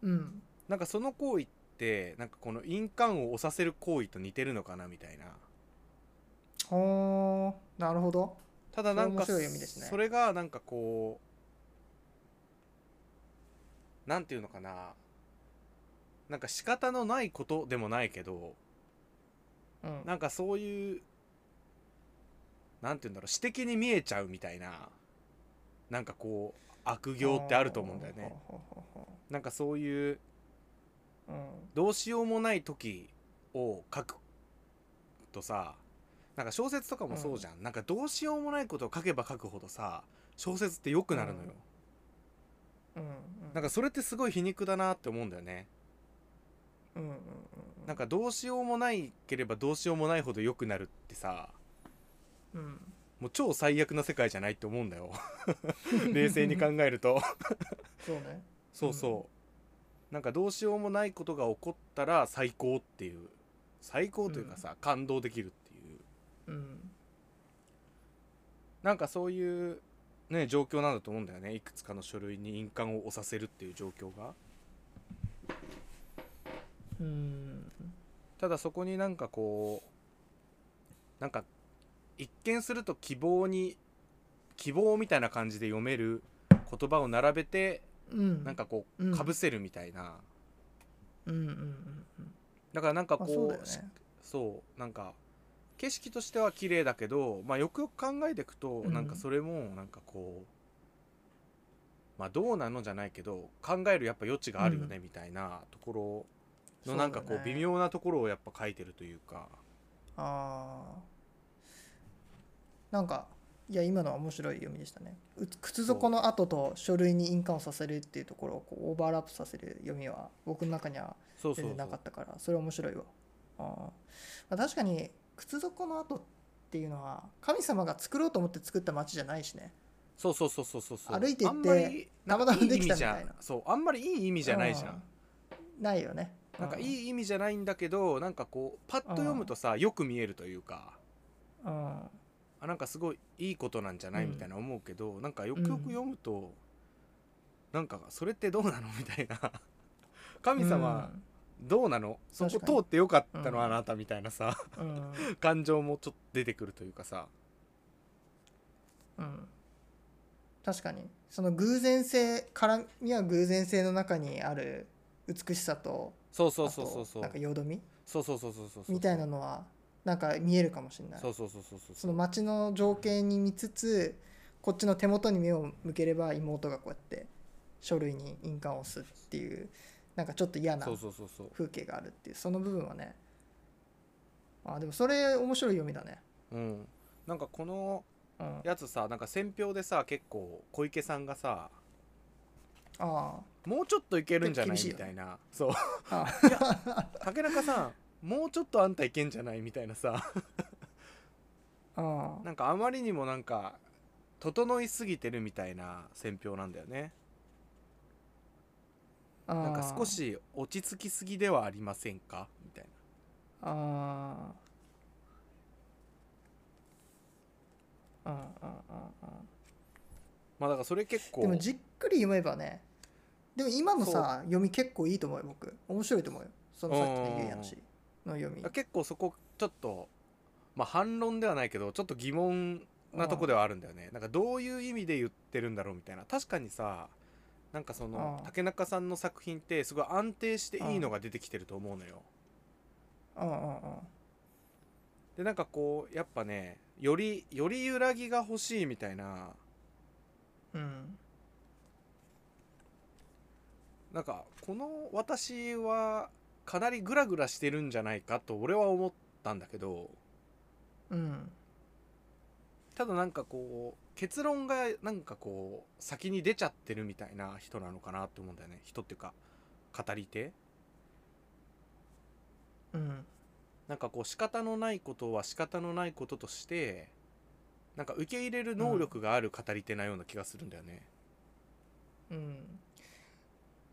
Speaker 1: うんうん
Speaker 2: なんかその行為ってなんかこの印鑑を押させる行為と似てるのかなみたいな
Speaker 1: ほーなるほど
Speaker 2: ただなんか
Speaker 1: それ面白い読みですね
Speaker 2: それがなんかこうなんていうのかななんか仕方のないことでもないけど
Speaker 1: うん
Speaker 2: なんかそういうなんて言うんだろう私的に見えちゃうみたいななんかこう悪行ってあると思うんだよね
Speaker 1: ほうほうほうほ
Speaker 2: なんかそういう
Speaker 1: う。うん
Speaker 2: どうしようもない時を書くとさなんか小説とかもそうじゃん、なんかどうしようもないことを書けば書くほどさ小説って良くなるのよ、
Speaker 1: うんうん
Speaker 2: なんかそれってすごい皮肉だなって思うんだよね
Speaker 1: うんうんうん
Speaker 2: なんかどうしようもないければどうしようもないほど良くなるってさ
Speaker 1: うん
Speaker 2: もう超最悪な世界じゃないって思うんだ よ冷静に考える と
Speaker 1: そうね
Speaker 2: そうそう、なんかどうしようもないことが起こったら最高っていう最高というかさ、感動できるっていう
Speaker 1: うん
Speaker 2: なんかそういうね状況なんだと思うんだよねいくつかの書類に印鑑を押させるっていう状況が
Speaker 1: うん
Speaker 2: ただそこになんかこうなんか一見すると希望に希望みたいな感じで読める言葉を並べて
Speaker 1: うん
Speaker 2: なんかこ
Speaker 1: う
Speaker 2: うんかぶせるみたいな、
Speaker 1: うんうんうんうん
Speaker 2: だからなんか
Speaker 1: ま
Speaker 2: こ
Speaker 1: あ
Speaker 2: う,
Speaker 1: そ
Speaker 2: し、
Speaker 1: うだよね
Speaker 2: そうなんか景色としては綺麗だけど、まあ、よくよく考えていくと、
Speaker 1: うん
Speaker 2: なんかそれもなんかこうまあどうなのじゃないけど考えるやっぱ余地があるよねみたいなところ
Speaker 1: そうだ
Speaker 2: の
Speaker 1: ね
Speaker 2: なんかこう微妙なところをやっぱ書いてるというか
Speaker 1: あーなんかいや今のは面白い読みでしたねう靴底の跡と書類に印鑑をさせるっていうところをこうオーバーラップさせる読みは僕の中には
Speaker 2: そうそ
Speaker 1: 全
Speaker 2: うそう
Speaker 1: 然なかったからそれ面白いわあー、まあ、確かに靴底の跡っていうのは神様が作ろうと思って作った街じゃないしね
Speaker 2: そうそうそうそうそうそう
Speaker 1: 歩いて行って
Speaker 2: あんまりなんか
Speaker 1: たまたまできた
Speaker 2: いい意味じゃ
Speaker 1: みたいな
Speaker 2: そうあんまりいい意味じゃないじゃん
Speaker 1: うんないよね
Speaker 2: なんかい
Speaker 1: い
Speaker 2: い意味じゃないんだけどなんかこうパッと読むとさよく見えるというか
Speaker 1: うん
Speaker 2: あなんかすごいいいことなんじゃない、
Speaker 1: うん
Speaker 2: みたいな思うけどなんかよくよく読むと、なんかそれってどうなのみたいな神様、どうなのそこ
Speaker 1: 確かに
Speaker 2: 通ってよかったの、
Speaker 1: うん
Speaker 2: あなたみたいなさ
Speaker 1: うんうん
Speaker 2: 感情もちょっと出てくるというかさ
Speaker 1: うん確かにその偶然性からみは偶然性の中にある美しさと
Speaker 2: そうそ
Speaker 1: あ
Speaker 2: うそうそう
Speaker 1: と
Speaker 2: そう
Speaker 1: なんかよどみ
Speaker 2: そうそうそうそうそう
Speaker 1: みたいなのはなんか見えるかもしれない
Speaker 2: そうそうそうそうそう
Speaker 1: その街の情景に見つつこっちの手元に目を向ければ妹がこうやって書類に印鑑を押すっていうなんかちょっと嫌な
Speaker 2: そうそうそうそう
Speaker 1: 風景があるっていうその部分はねあでもそれ面白い読みだね
Speaker 2: うんなんかこの
Speaker 1: うんあ
Speaker 2: やつさなんか選票でさ結構小池さんがさ
Speaker 1: あ
Speaker 2: もうちょっといけるんじゃな
Speaker 1: 厳
Speaker 2: い
Speaker 1: しい
Speaker 2: み
Speaker 1: よね
Speaker 2: たいなそう
Speaker 1: あ
Speaker 2: 竹中さんもうちょっとあんたいけんじゃないみたいなさ
Speaker 1: あ
Speaker 2: なんかあまりにもなんか整いすぎてるみたいな選票なんだよね
Speaker 1: あ
Speaker 2: なんか少し落ち着きすぎではありませんかみたいな
Speaker 1: ああうんうんうんうん
Speaker 2: まあだからそれ結構
Speaker 1: でもじっくり読めばねでも今の
Speaker 2: そう
Speaker 1: さ読み結構いいと思うよ僕面白いと思うよそのさっき
Speaker 2: うんうん
Speaker 1: の
Speaker 2: うん
Speaker 1: ゆうやの詩の読み
Speaker 2: 結構そこちょっとまあ反論ではないけどちょっと疑問なとこではあるんだよねなんかどういう意味で言ってるんだろうみたいな確かにさなんかその
Speaker 1: うん
Speaker 2: 竹中さんの作品ってすごい安定していいのが出てきてると思うのよ
Speaker 1: うんうんうん
Speaker 2: でなんかこうやっぱねよりより揺らぎが欲しいみたいな
Speaker 1: うん
Speaker 2: なんかこの私はかなりグラグラしてるんじゃないかと俺は思ったんだけど
Speaker 1: うん
Speaker 2: ただなんかこう結論がなんかこう先に出ちゃってるみたいな人なのかなって思うんだよね人っていうか語り手
Speaker 1: うん
Speaker 2: なんかこう仕方のないことは仕方のないこととしてなんか受け入れる能力がある語り手なような気がするんだよね、
Speaker 1: うん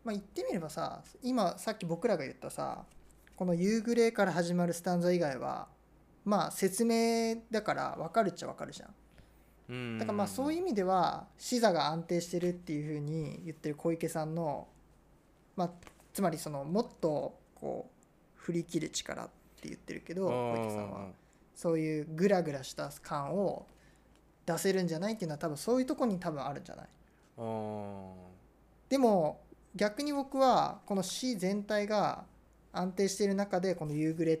Speaker 1: まあ言ってみればさ今さっき僕らが言ったさこの「夕暮れ」から始まるスタンザ以外はまあ説明だから分かるっちゃ分かるじゃん
Speaker 2: うん
Speaker 1: だからまあそういう意味では視座が安定してるっていうふうに言ってる小池さんの、まあ、つまりそのもっとこう振り切る力って言ってるけど小池さんはそういうグラグラした感を出せるんじゃないっていうのは多分そういうとこに多分あるんじゃない
Speaker 2: あー
Speaker 1: でも逆に僕はこの詩全体が安定している中でこの「夕暮れ」っ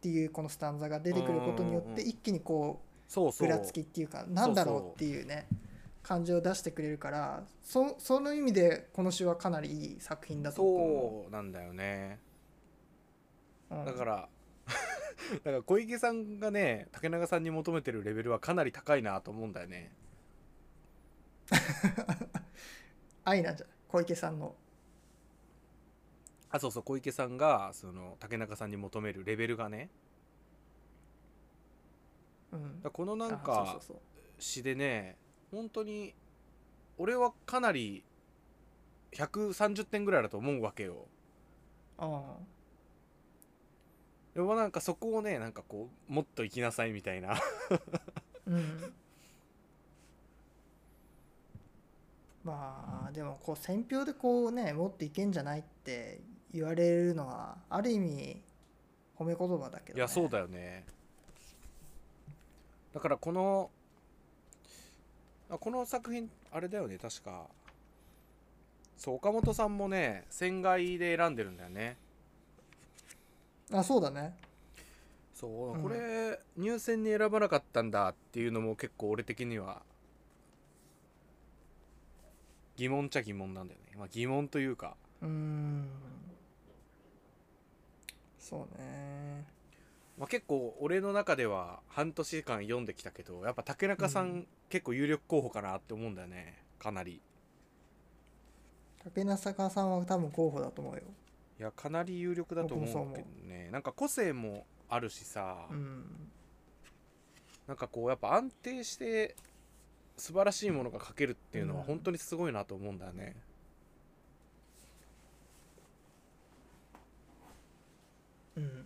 Speaker 1: ていうこのスタンザが出てくることによ
Speaker 2: う
Speaker 1: っ
Speaker 2: んうんう
Speaker 1: て
Speaker 2: ん
Speaker 1: 一気にこう
Speaker 2: そうそ
Speaker 1: ぐ
Speaker 2: う
Speaker 1: らつきっていうかなんだろうっていうね感情を出してくれるからそその意味でこの詩はかなりいい作品だと思
Speaker 2: そうなんだよね
Speaker 1: う、うん
Speaker 2: だから だから小池さんがね竹中さんに求めてるレベルはかなり高いなと思うんだよね
Speaker 1: 愛なんじゃない小池さんの
Speaker 2: あそうそう小池さんがその竹中さんに求めるレベルがね
Speaker 1: うん
Speaker 2: だからこのなん
Speaker 1: あそ
Speaker 2: か
Speaker 1: うそう
Speaker 2: 詩でね本当に俺はかなり130点ぐらいだと思うわけよ
Speaker 1: そう
Speaker 2: でもなんかそこをねなんかこうもっと行きなさいみたいな
Speaker 1: うん、うん、 まあでもこう選票でこうね持っていけんじゃないって言われるのはある意味褒め言葉だけど、ね、
Speaker 2: いやそうだよねだからこのあこの作品あれだよね確かそう岡本さんもね船外で選んでるんだよね
Speaker 1: あそうだね
Speaker 2: そう、
Speaker 1: うん
Speaker 2: これ入選に選ばなかったんだっていうのも結構俺的には疑問っちゃ疑問なんだよね、まあ、疑問というか
Speaker 1: うーんそうね
Speaker 2: まあ、結構俺の中では半年間読んできたけどやっぱ竹中さん、
Speaker 1: うん
Speaker 2: 結構有力候補かなって思うんだよねかなり
Speaker 1: 竹中さんは多分候補だと思うよ。
Speaker 2: いやかなり有力だと思
Speaker 1: 僕もそう
Speaker 2: う
Speaker 1: 思う
Speaker 2: けどねなんか個性もあるしさ、
Speaker 1: うん。
Speaker 2: なんかこうやっぱ安定して素晴らしいものが書けるっていうのは
Speaker 1: うん
Speaker 2: 本当にすごいなと思うんだよね、
Speaker 1: うん。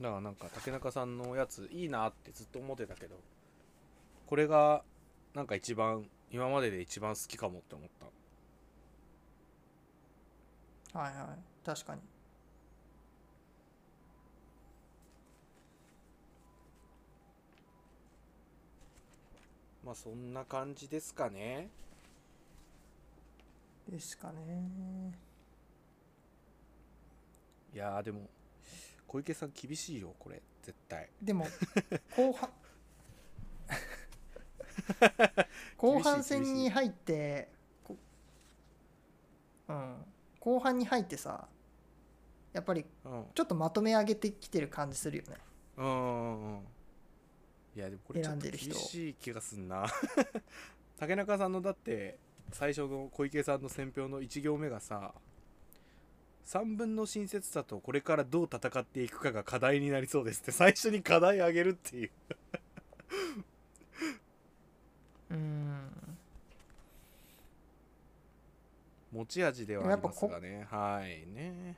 Speaker 2: だからなんか竹中さんのやついいなってずっと思ってたけどこれがなんか一番今までで一番好きかもって思った
Speaker 1: はいはい。確かに。
Speaker 2: まあそんな感じですかね
Speaker 1: ですかね。
Speaker 2: いやーでも小池さん厳しいよこれ絶対
Speaker 1: で も、後 半。後半戦に入って、こうん、後半に入ってさやっぱり
Speaker 2: うん
Speaker 1: ちょっとまとめ上げてきてる感じするよね
Speaker 2: うんうんうんいやでもこれちょ
Speaker 1: 選
Speaker 2: っ
Speaker 1: ん
Speaker 2: と
Speaker 1: でる
Speaker 2: 厳
Speaker 1: 人
Speaker 2: しい気がすんな竹中さんのだって最初の小池さんの選票の1行目がさ3分の親切さとこれからどう戦っていくかが課題になりそうですって最初に課題あげるっていう
Speaker 1: うん
Speaker 2: 持ち味ではありますがねはいね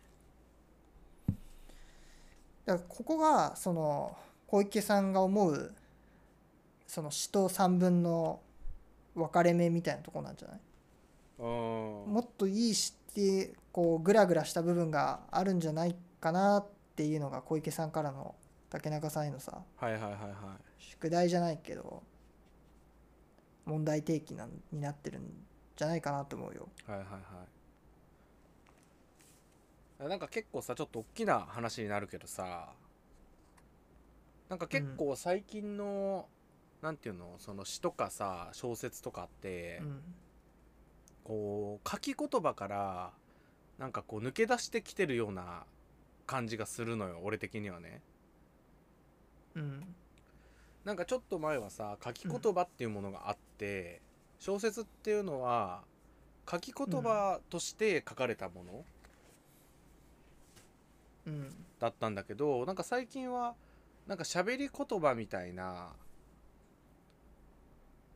Speaker 1: だからここがその小池さんが思うその死と3分の分かれ目みたいなとこなんじゃない
Speaker 2: うん
Speaker 1: もっといい死ってこうグラグラした部分があるんじゃないかなっていうのが小池さんからの竹中さんへのさ
Speaker 2: はいはいはいはい
Speaker 1: 宿題じゃないけど問題提起なんになってるんじゃないかなと思うよ。
Speaker 2: はいはいはいなんか結構さちょっと大きな話になるけどさなんか結構最近の、なんていうのその詩とかさ小説とかって、
Speaker 1: うん
Speaker 2: こう書き言葉からなんかこう抜け出してきてるような感じがするのよ俺的にはね
Speaker 1: うん
Speaker 2: なんかちょっと前はさ書き言葉っていうものがあって、小説っていうのは書き言葉として書かれたもの、
Speaker 1: うん
Speaker 2: だったんだけどなんか最近はなんか喋り言葉みたいな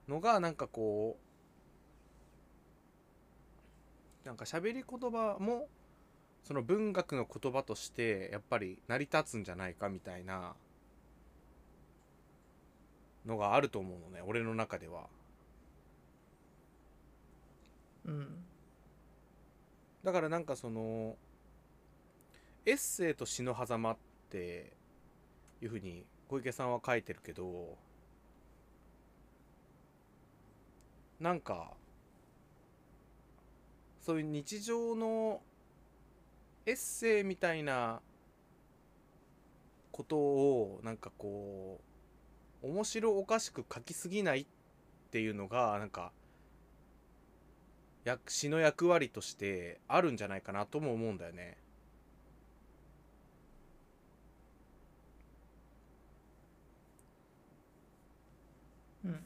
Speaker 2: のがなんかこうなんか喋り言葉もその文学の言葉としてやっぱり成り立つんじゃないかみたいなのがあると思うのね俺の中では。
Speaker 1: うん
Speaker 2: だからなんかそのエッセイと詩の狭間っていうふうに小池さんは書いてるけどなんかそういう日常のエッセイみたいなことをなんかこう面白おかしく書きすぎないっていうのがなんか役詩の役割としてあるんじゃないかなとも思うんだよね。
Speaker 1: うん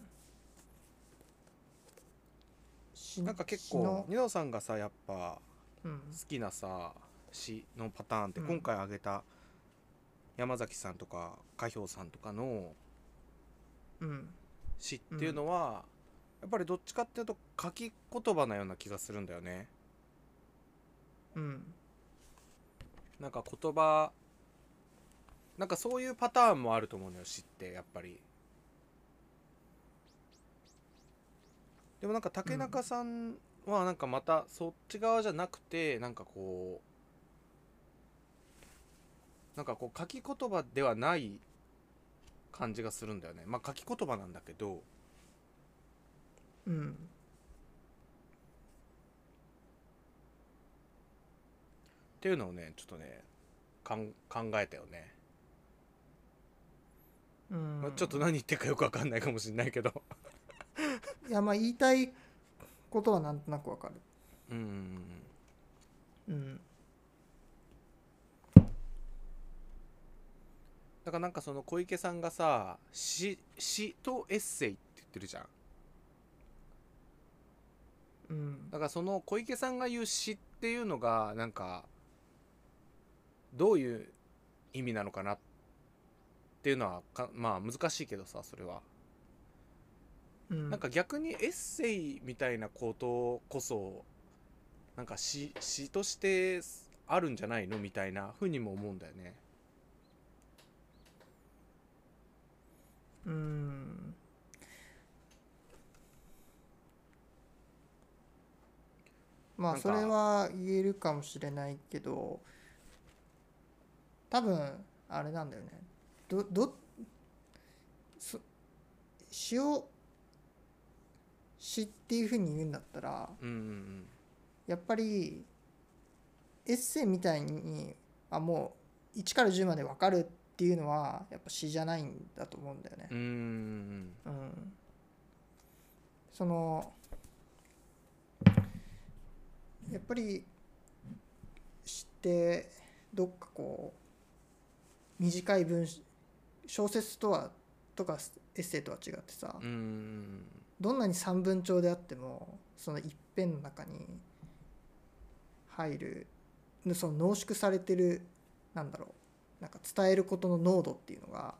Speaker 1: し
Speaker 2: なんか結
Speaker 1: しの
Speaker 2: 構ニノさんがさやっぱ
Speaker 1: うん
Speaker 2: 好きなさ詩のパターンって
Speaker 1: うん
Speaker 2: 今回挙げた山崎さんとか花氷さんとかの
Speaker 1: うん
Speaker 2: 詩っていうのは、やっぱりどっちかっていうと書き言葉なような気がするんだよね。
Speaker 1: うん
Speaker 2: なんか言葉なんかそういうパターンもあると思うのよ詩ってやっぱりでもなんか竹中さんはなんかまたそっち側じゃなくてなんかこうなんかこう書き言葉ではない感じがするんだよねまあ書き言葉なんだけど
Speaker 1: うん
Speaker 2: っていうのをねちょっとねかん考えたよね、
Speaker 1: うん
Speaker 2: まあ、ちょっと何言ってるかよくわかんないかもしれないけど
Speaker 1: いやまあ言いたいことはなんとなくわかる
Speaker 2: うんうんうん
Speaker 1: うん
Speaker 2: だからなんかその小池さんがさ詩詩とエッセイって言ってるじゃん
Speaker 1: うん
Speaker 2: だからその小池さんが言う詩っていうのがなんかどういう意味なのかなっていうのはかまあ難しいけどさそれは、
Speaker 1: うん
Speaker 2: なんか逆にエッセイみたいなことこそなんか詩詩としてあるんじゃないのみたいなふうにも思うんだよね
Speaker 1: うんま
Speaker 2: な
Speaker 1: あ
Speaker 2: ん
Speaker 1: そ
Speaker 2: か
Speaker 1: れは言えるかもしれないけど多分あれなんだよねどどそ詩を詩っていうふうに言うんだったら
Speaker 2: うんうん
Speaker 1: やっぱりエッセイみたいにあもう1から10まで分かるっていうのはやっぱ詩じゃないんだと思うんだよね
Speaker 2: うんう。んうん
Speaker 1: うん、そのやっぱり知ってどっかこう短い文小説とはとかエッセイとは違ってさ、
Speaker 2: うんうん
Speaker 1: どんなに三文帳であってもその一辺の中に入るその濃縮されてるなんだろうなんか伝えることの濃度っていうのが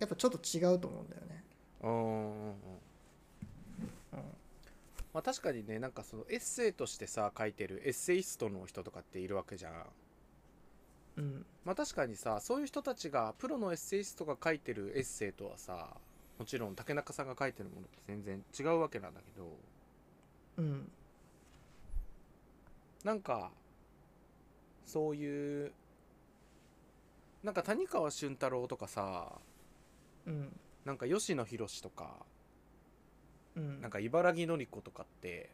Speaker 1: やっぱちょっと違うと思うんだよね。
Speaker 2: うんうんうん
Speaker 1: うん
Speaker 2: まあ確かにねなんかそのエッセイとしてさ書いてるエッセイストの人とかっているわけじゃん
Speaker 1: うん
Speaker 2: まあ確かにさそういう人たちがプロのエッセイストが書いてるエッセイとはさもちろん竹中さんが書いてるものって全然違うわけなんだけど
Speaker 1: うん
Speaker 2: なんかそういうなんか谷川俊太郎とかさ
Speaker 1: うん
Speaker 2: なんか吉野博とか
Speaker 1: うん
Speaker 2: なんか茨城のり子とかって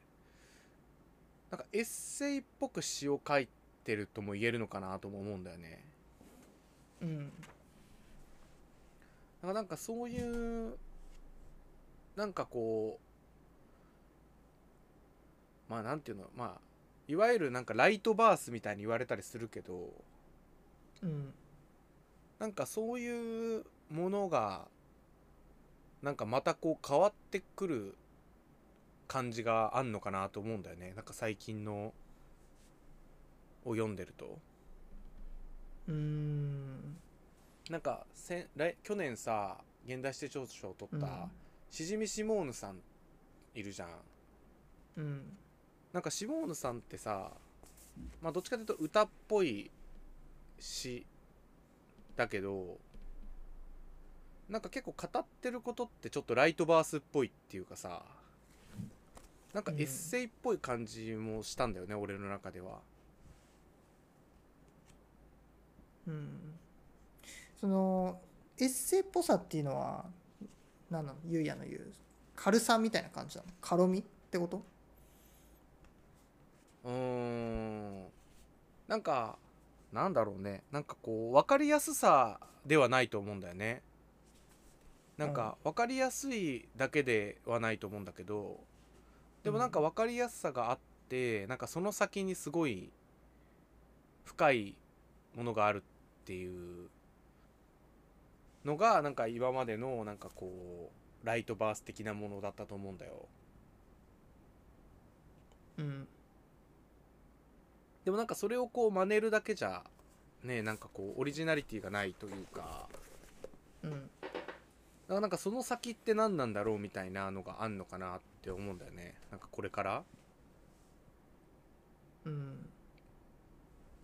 Speaker 2: なんかエッセイっぽく詩を書いてるとも言えるのかなとも思うんだよね。
Speaker 1: うん
Speaker 2: なんかなんかそういうなんかこうまあなんていうのまあいわゆるなんかライトバースみたいに言われたりするけど
Speaker 1: うん
Speaker 2: なんかそういうものがなんかまたこう変わってくる感じがあんのかなと思うんだよねなんか最近のを読んでると
Speaker 1: うん
Speaker 2: なんかせん来去年さ現代史手帳賞を取った、しじみシモーヌさんいるじゃん
Speaker 1: うん
Speaker 2: なんかシモーヌさんってさまあどっちかというと歌っぽい詩だけどなんか結構語ってることってちょっとライトバースっぽいっていうかさなんかエッセイっぽい感じもしたんだよね、俺の中では
Speaker 1: うんそのエッセイっぽさっていうのは何なのゆうやの言う軽さみたいな感じなの軽みってこと
Speaker 2: うーんなんかなんだろうねなんかこう分かりやすさではないと思うんだよねなんか分かりやすいだけではないと思うんだけどでもなんか
Speaker 1: うん
Speaker 2: 分かりやすさがあってなんかその先にすごい深いものがあるっていうのがなんか今までのなんかこうライトバース的なものだったと思うんだよ。
Speaker 1: うん
Speaker 2: でもなんかそれをこう真似るだけじゃねなんかこうオリジナリティがないというか
Speaker 1: うん
Speaker 2: だからなんかその先って何なんだろうみたいなのがあんのかなって思うんだよねなんかこれからだか
Speaker 1: うん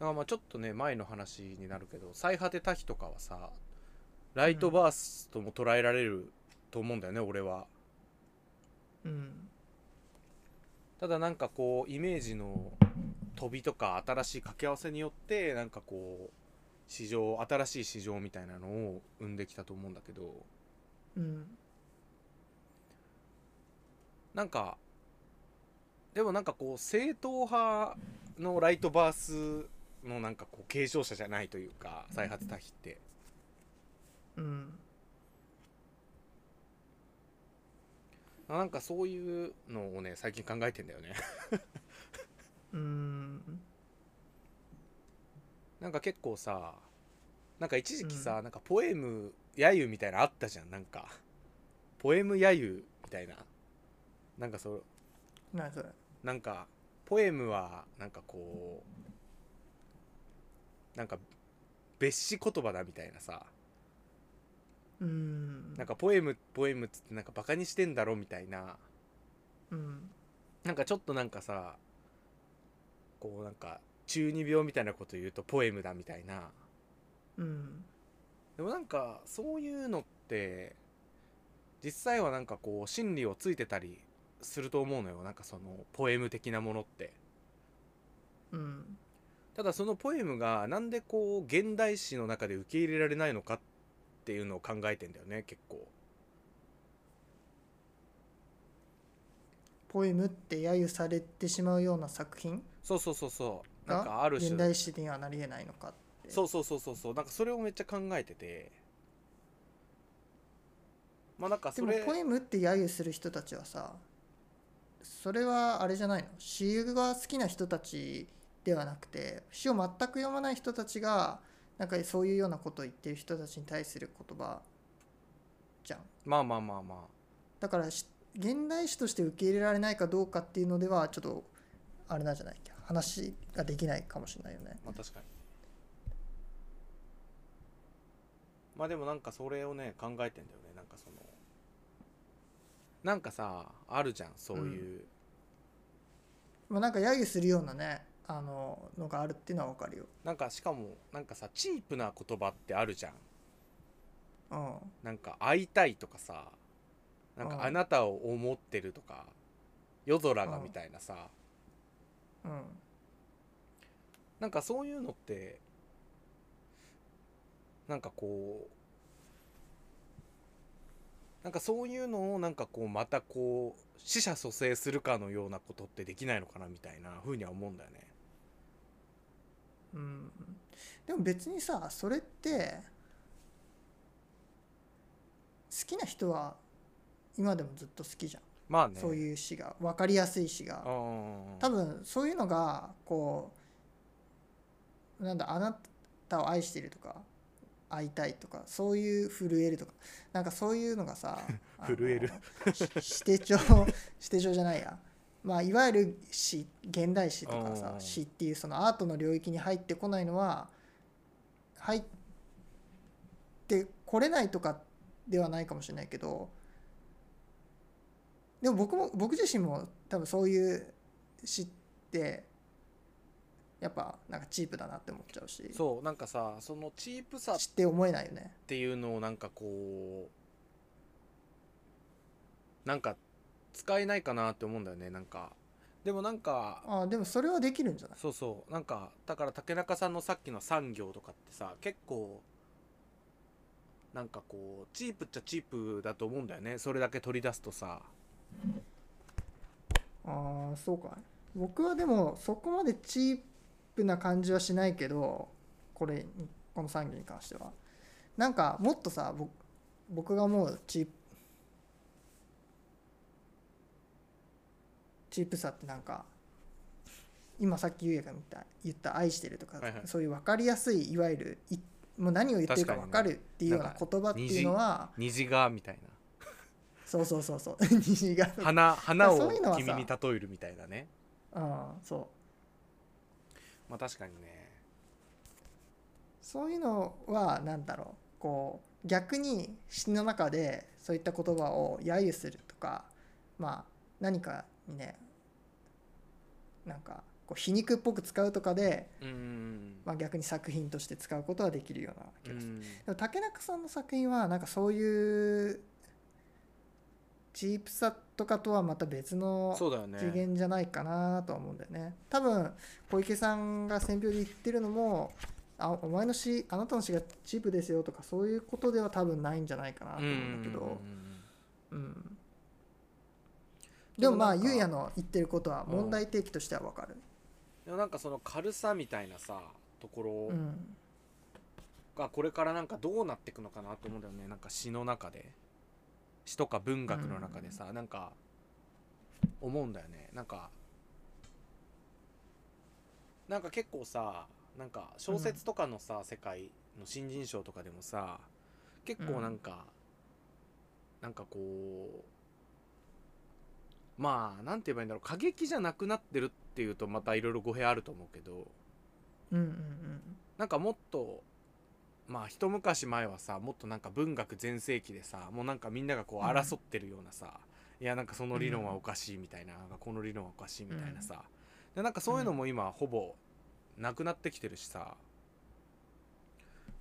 Speaker 2: らまあちょっとね前の話になるけど「最果て多比」とかはさライトバースとも捉えられると思うんだよね、俺は
Speaker 1: うん
Speaker 2: ただなんかこうイメージの飛びとか新しい掛け合わせによってなんかこう市場新しい市場みたいなのを生んできたと思うんだけど
Speaker 1: うん
Speaker 2: なんかでもなんかこう正統派のライトバースのなんかこう継承者じゃないというか再発多比って
Speaker 1: うん
Speaker 2: なんかそういうのをね最近考えてんだよね
Speaker 1: うん
Speaker 2: なんか結構さなんか一時期さ、
Speaker 1: うん
Speaker 2: なんかポエム揶揄みたいなのあったじゃんなんかポエム揶揄みたいななんかそう
Speaker 1: 何それ
Speaker 2: なんかポエムはなんかこうなんか別詞言葉だみたいなさ
Speaker 1: うん
Speaker 2: なんかポエムポエムっつってなんかバカにしてんだろみたいな
Speaker 1: うん
Speaker 2: なんかちょっとなんかさこうなんか中二病みたいなこと言うとポエムだみたいな
Speaker 1: うん
Speaker 2: でもなんかそういうのって実際はなんかこう心理をついてたりすると思うのよなんかそのポエム的なものって
Speaker 1: うん
Speaker 2: ただそのポエムがなんでこう現代史の中で受け入れられないのかっていうのを考えてんだよね結構
Speaker 1: ポエムって揶揄されてしまうような作品
Speaker 2: そうそうそうそうなんか
Speaker 1: が
Speaker 2: ある種
Speaker 1: 現代史にはなりえないのかって
Speaker 2: そうそうそうそうそうなんかそれをめっちゃ考えててまあなんか
Speaker 1: で
Speaker 2: そ
Speaker 1: も
Speaker 2: れ
Speaker 1: ポエムって揶揄する人たちはさそれはあれじゃないの詩が好きな人たちではなくて詩を全く読まない人たちがなんかそういうようなことを言ってる人たちに対する言葉じゃん
Speaker 2: まあまあまあまあ
Speaker 1: だからし現代詩として受け入れられないかどうかっていうのではちょっとあれなんじゃないっけ話ができないかもしれないよね
Speaker 2: まあ確かにまあでもなんかそれをね考えてんだよねなんかそのなんかさあるじゃんそういう、
Speaker 1: まあなんか揶揄するようなねあののがあるっていうのはわかるよ
Speaker 2: なんかしかもなんかさチープな言葉ってあるじゃん
Speaker 1: うん
Speaker 2: なんか会いたいとかさなん
Speaker 1: うん
Speaker 2: かあなたを思ってるとか夜空が
Speaker 1: うん
Speaker 2: みたいなさ、
Speaker 1: うん
Speaker 2: なんかそういうのってなんかこうなんかそういうのをなんかこうまたこう死者蘇生するかのようなことってできないのかなみたいなふうには思うんだよね。
Speaker 1: うんでも別にさそれって好きな人は今でもずっと好きじゃん、
Speaker 2: まあね。
Speaker 1: そういう詩が分かりやすい詩が
Speaker 2: うんうんうん
Speaker 1: 多分そういうのがこうなんだあなたを愛してるとか会いたいとかそういう震えるとかなんかそういうのが さ
Speaker 2: 震える
Speaker 1: あのし指定 帳指定帳じゃないやまあいわゆる詩現代詩とか
Speaker 2: うんうん
Speaker 1: さ
Speaker 2: うん
Speaker 1: 詩っていうそのアートの領域に入ってこないのは入ってこれないとかではないかもしれないけどでも僕も僕自身も多分そういう詩ってやっぱなんかチープだなって思っちゃうし
Speaker 2: そうなんかさそのチープさっ
Speaker 1: 知って思えないよね
Speaker 2: ていうのをなんかこうなんか使えないかなって思うんだよねなんかでもなんか
Speaker 1: あでもそれはできるんじゃない
Speaker 2: そうそうなんかだから竹中さんのさっきの産業とかってさ結構なんかこうチープっちゃチープだと思うんだよねそれだけ取り出すとさ
Speaker 1: ああそうか僕はでもそこまでチープな感じはしないけどこれにこの産業に関してはなんかもっとさ僕僕が思うチープチープさってなんか今さっきゆうやが言った言った「愛してる」とか、
Speaker 2: はいはい
Speaker 1: そういう分かりやすいいわゆるいもう何を言ってるか分
Speaker 2: 確
Speaker 1: か
Speaker 2: かにね
Speaker 1: るっていうような
Speaker 2: なんか
Speaker 1: 言葉っていうのは
Speaker 2: 虹がみたい
Speaker 1: そうそうそうそう 虹が
Speaker 2: な花花
Speaker 1: そう
Speaker 2: を
Speaker 1: いうのはさ
Speaker 2: 君に例えるみたいなね
Speaker 1: うんそう
Speaker 2: まあ確かにね
Speaker 1: そういうのは何だろうこう逆に詩の中でそういった言葉を揶揄するとかまあ何かにねなんかこう皮肉っぽく使うとかで、
Speaker 2: うんうん
Speaker 1: まあ、逆に作品として使うことはできるような気
Speaker 2: う
Speaker 1: がする。
Speaker 2: ん
Speaker 1: でも竹中さんの作品はなんかそういうチープさとかとはまた別の
Speaker 2: そうだよね
Speaker 1: 次元じゃないかなとは思うんだよね多分小池さんが選票で言ってるのもあお前の詩あなたの詩がチープですよとかそういうことでは多分ないんじゃないかなと
Speaker 2: うん
Speaker 1: 思
Speaker 2: う
Speaker 1: うんだけど
Speaker 2: んうん
Speaker 1: うんでもまあ
Speaker 2: でもなんか
Speaker 1: ゆうやの言ってることは
Speaker 2: うん
Speaker 1: 問題提起としてはわかる
Speaker 2: でもなんかその軽さみたいなさところ
Speaker 1: うん
Speaker 2: がこれからなんかどうなっていくのかなと思うんだよねなんか詩の中で詩とか文学の中でさ、なんか思うんだよねなんかなんか結構さなんか小説とかのさ、世界の新人賞とかでもさ結構なんか、なんかこうまあなんて言えばいいんだろう過激じゃなくなってるっていうとまたいろいろ語弊あると思うけど
Speaker 1: うんうんうん
Speaker 2: なんかもっとまあ一昔前はさもっとなんか文学全盛期でさもうなんかみんながこう
Speaker 1: うん
Speaker 2: 争ってるようなさ、いやなんかその理論はおかしいみたいな、この理論はおかしいみたいなさ、でなんかそういうのも今ほぼなくなってきてるしさ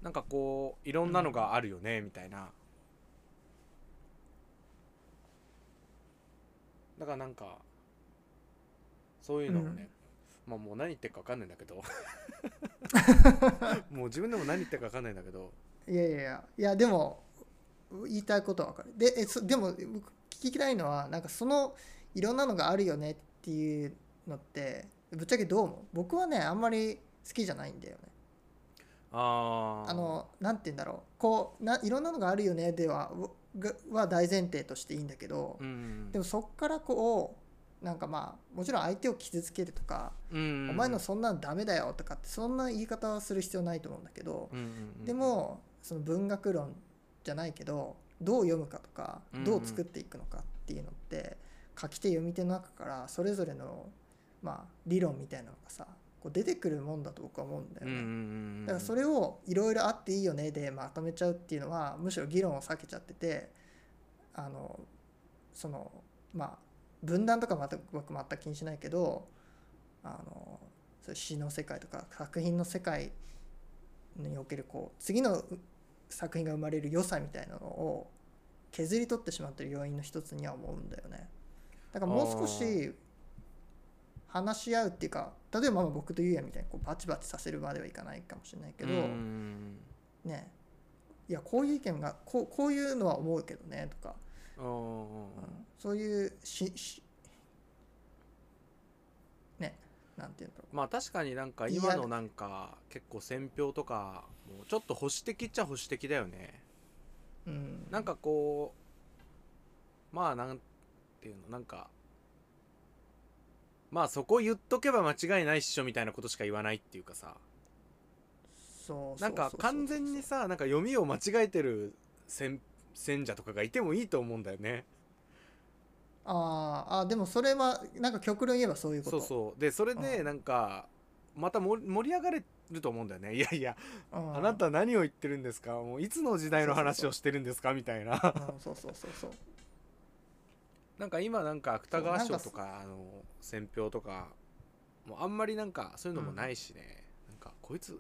Speaker 2: なんかこういろんなのがあるよねみたいな、だからなんかそういうのをね、まあもう何言ってるか分かんないんだけ どもう自分でも何言ってるか分かんないんだけど
Speaker 1: いやいやいやいやでも言いたいことはわかるでえそでも僕聞きたいのはなんかそのいろんなのがあるよねっていうのってぶっちゃけどう思う僕はねあんまり好きじゃないんだよね
Speaker 2: あー
Speaker 1: あのなんて言うんだろうこうないろんなのがあるよねではがは大前提としていいんだけど、
Speaker 2: うん
Speaker 1: でもそっからこうなんかまあもちろん相手を傷つけるとか、
Speaker 2: うんうんうん
Speaker 1: お前のそんなんダメだよとかってそんな言い方はする必要ないと思うんだけど、
Speaker 2: うんうんうん
Speaker 1: でもその文学論じゃないけどどう読むかとか
Speaker 2: うんうん
Speaker 1: どう作っていくのかっていうのって書き手読み手の中からそれぞれのまあ理論みたいなのがさこう出てくるもんだと僕は思うんだよ
Speaker 2: うんうんうん
Speaker 1: ね。
Speaker 2: うん
Speaker 1: だからそれをいろいろあっていいよねでまとめちゃうっていうのはむしろ議論を避けちゃっててあのそのまあ分断とかまた僕全く気にしないけどあのそういう詩の世界とか作品の世界におけるこう次のう作品が生まれる良さみたいなのを削り取ってしまってる要因の一つには思うんだよね。だからもう少
Speaker 2: あ
Speaker 1: し話し合うっていうか例えばまあ僕とゆうやみたいにこうバチバチさせるまではいかないかもしれないけど、
Speaker 2: うんうんうん
Speaker 1: ねいやこういう意見がこうこういうのは思うけどねとか、
Speaker 2: あー
Speaker 1: うんそういうししねなんていうんだろ
Speaker 2: まあ確かになんか今のなんか結構選評とかもちょっと保守的っちゃ保守的だよね
Speaker 1: う、うん、
Speaker 2: なんかこうまあなんていうのなんかまあそこ言っとけば間違いないっしょみたいなことしか言わないっていうかさ
Speaker 1: そう
Speaker 2: なんか
Speaker 1: そうそうそうそう
Speaker 2: 完全にさなんか読みを間違えてる選選者とかがいてもいいと思うんだよね
Speaker 1: あーあーでもそれはなんか極論言えばそういうこ
Speaker 2: そ
Speaker 1: と
Speaker 2: うそうでそれで
Speaker 1: うん
Speaker 2: なんかまた盛り盛り上がれると思うんだよねい やいや
Speaker 1: うん、
Speaker 2: あなた何を言ってるんですかもういつの時代の話をしてるんですかみたいな
Speaker 1: うんそうそうそうそう
Speaker 2: なんか今なんか芥
Speaker 1: そう
Speaker 2: 川
Speaker 1: なんか
Speaker 2: 賞とかあの選評とかもうあんまりなんかそういうのもないしね、なんかこいつ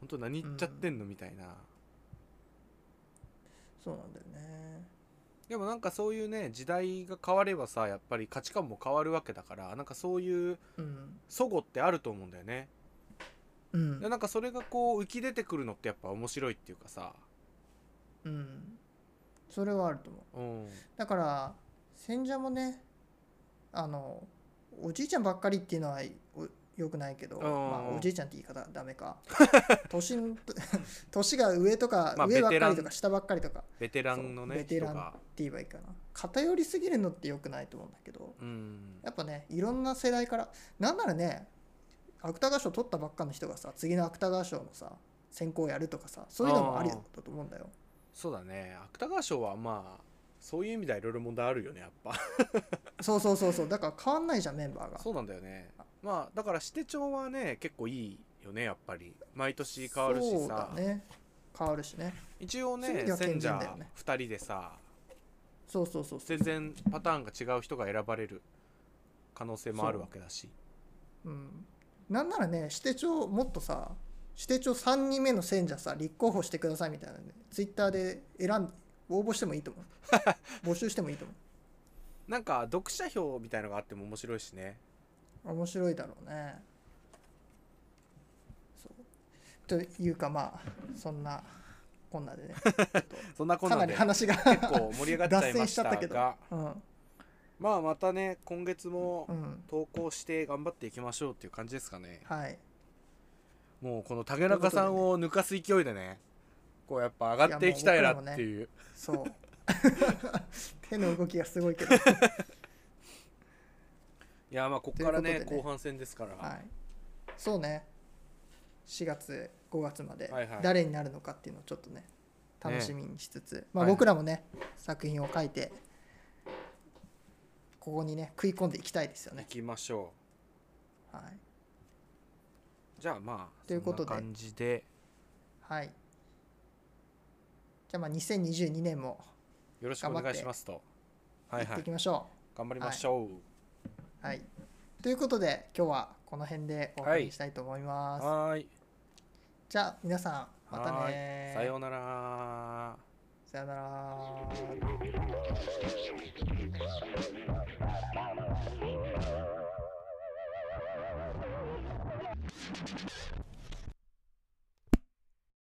Speaker 2: 本当何言っちゃってんのみたいな
Speaker 1: そうなんだよね
Speaker 2: でもなんかそういうね時代が変わればさやっぱり価値観も変わるわけだからなんかそういう
Speaker 1: うん
Speaker 2: 齟齬ってあると思うんだよね
Speaker 1: うん
Speaker 2: でなんかそれがこう浮き出てくるのってやっぱ面白いっていうかさ
Speaker 1: うんそれはあると思う
Speaker 2: うん
Speaker 1: だから選者もねあのおじいちゃんばっかりっていうのはおよくないけど、
Speaker 2: ん
Speaker 1: まあ、おじいちゃんって言い方ダメ か年ん 年が上とか、
Speaker 2: まあ
Speaker 1: 上ばっかり
Speaker 2: ベテ
Speaker 1: と
Speaker 2: ラ
Speaker 1: か下ばっかりとかって
Speaker 2: ベテランのね
Speaker 1: そうベテラン
Speaker 2: 人が
Speaker 1: 言えばいいかな偏りすぎるのってよくないと思うんだけど
Speaker 2: うん
Speaker 1: やっぱねいろんな世代からなんならね芥川賞取ったばっかの人がさ次の芥川賞のさ選考やるとかさそういうのもありだったと思うんだよ。
Speaker 2: そうだね芥川賞はまあそういう意味ではいろいろ問題あるよねやっぱ
Speaker 1: そうそうそうそうだから変わんないじゃんメンバーが。
Speaker 2: そうなんだよねまあだから支手帳はね結構いいよねやっぱり毎年変わるしさ、
Speaker 1: そうだね変わるしね
Speaker 2: 一
Speaker 1: そ
Speaker 2: 応
Speaker 1: ういう意
Speaker 2: ね
Speaker 1: 味では
Speaker 2: 選
Speaker 1: 健全
Speaker 2: 者
Speaker 1: だよね
Speaker 2: 2人でさ
Speaker 1: そうそうそうそう
Speaker 2: 全然パターンが違う人が選ばれる可能性もあるわけだし
Speaker 1: うん、なんならね指定帳もっとさ指定帳3人目の選者さ立候補してくださいみたいなねツイッターで選ん応募してもいいと 思う募集してもいいと思
Speaker 2: なんか読者票みたいのがあっても面白いしね
Speaker 1: う面白いだろうねそうというかまあそんなこんなでねちょっ
Speaker 2: そんな
Speaker 1: と
Speaker 2: こん
Speaker 1: か
Speaker 2: な
Speaker 1: なんり
Speaker 2: で
Speaker 1: 話が
Speaker 2: 結構盛り上がっちゃ
Speaker 1: 脱
Speaker 2: いま
Speaker 1: 線し
Speaker 2: し
Speaker 1: ちゃ
Speaker 2: た
Speaker 1: った
Speaker 2: が
Speaker 1: けどうん
Speaker 2: まあまたね今月も
Speaker 1: うん
Speaker 2: 投稿して頑張っていきましょうっていう感じですかね、
Speaker 1: はい
Speaker 2: もうこの竹中さんを抜かす勢いでねこうやっぱ上がっていきたいなっていう
Speaker 1: そう 手の動きがすごいけど
Speaker 2: いやまあここからね
Speaker 1: ということでね
Speaker 2: 後半戦ですから、
Speaker 1: はい、そうね4月5月まで
Speaker 2: はいはい
Speaker 1: 誰になるのかっていうのをちょっとね楽しみにしつつ、まあ、
Speaker 2: はいはい
Speaker 1: 僕らもね、作品を書いてここにね食い込んでいきたいですよ
Speaker 2: 行
Speaker 1: ね。
Speaker 2: きましょ
Speaker 1: はい、
Speaker 2: うじゃあまあ
Speaker 1: ということで
Speaker 2: そんな感じで
Speaker 1: はい、じゃあまあ2022年も
Speaker 2: よろしくお願いしますとは
Speaker 1: や
Speaker 2: い
Speaker 1: っ
Speaker 2: は
Speaker 1: てい
Speaker 2: い
Speaker 1: きましょ
Speaker 2: 頑張りましょ
Speaker 1: う。はいということで今日はこの辺でお送りしたいと思いま
Speaker 2: う
Speaker 1: す。
Speaker 2: はーい
Speaker 1: じゃあ皆さんまた
Speaker 2: はーい
Speaker 1: ね
Speaker 2: さようなら
Speaker 1: さようなら。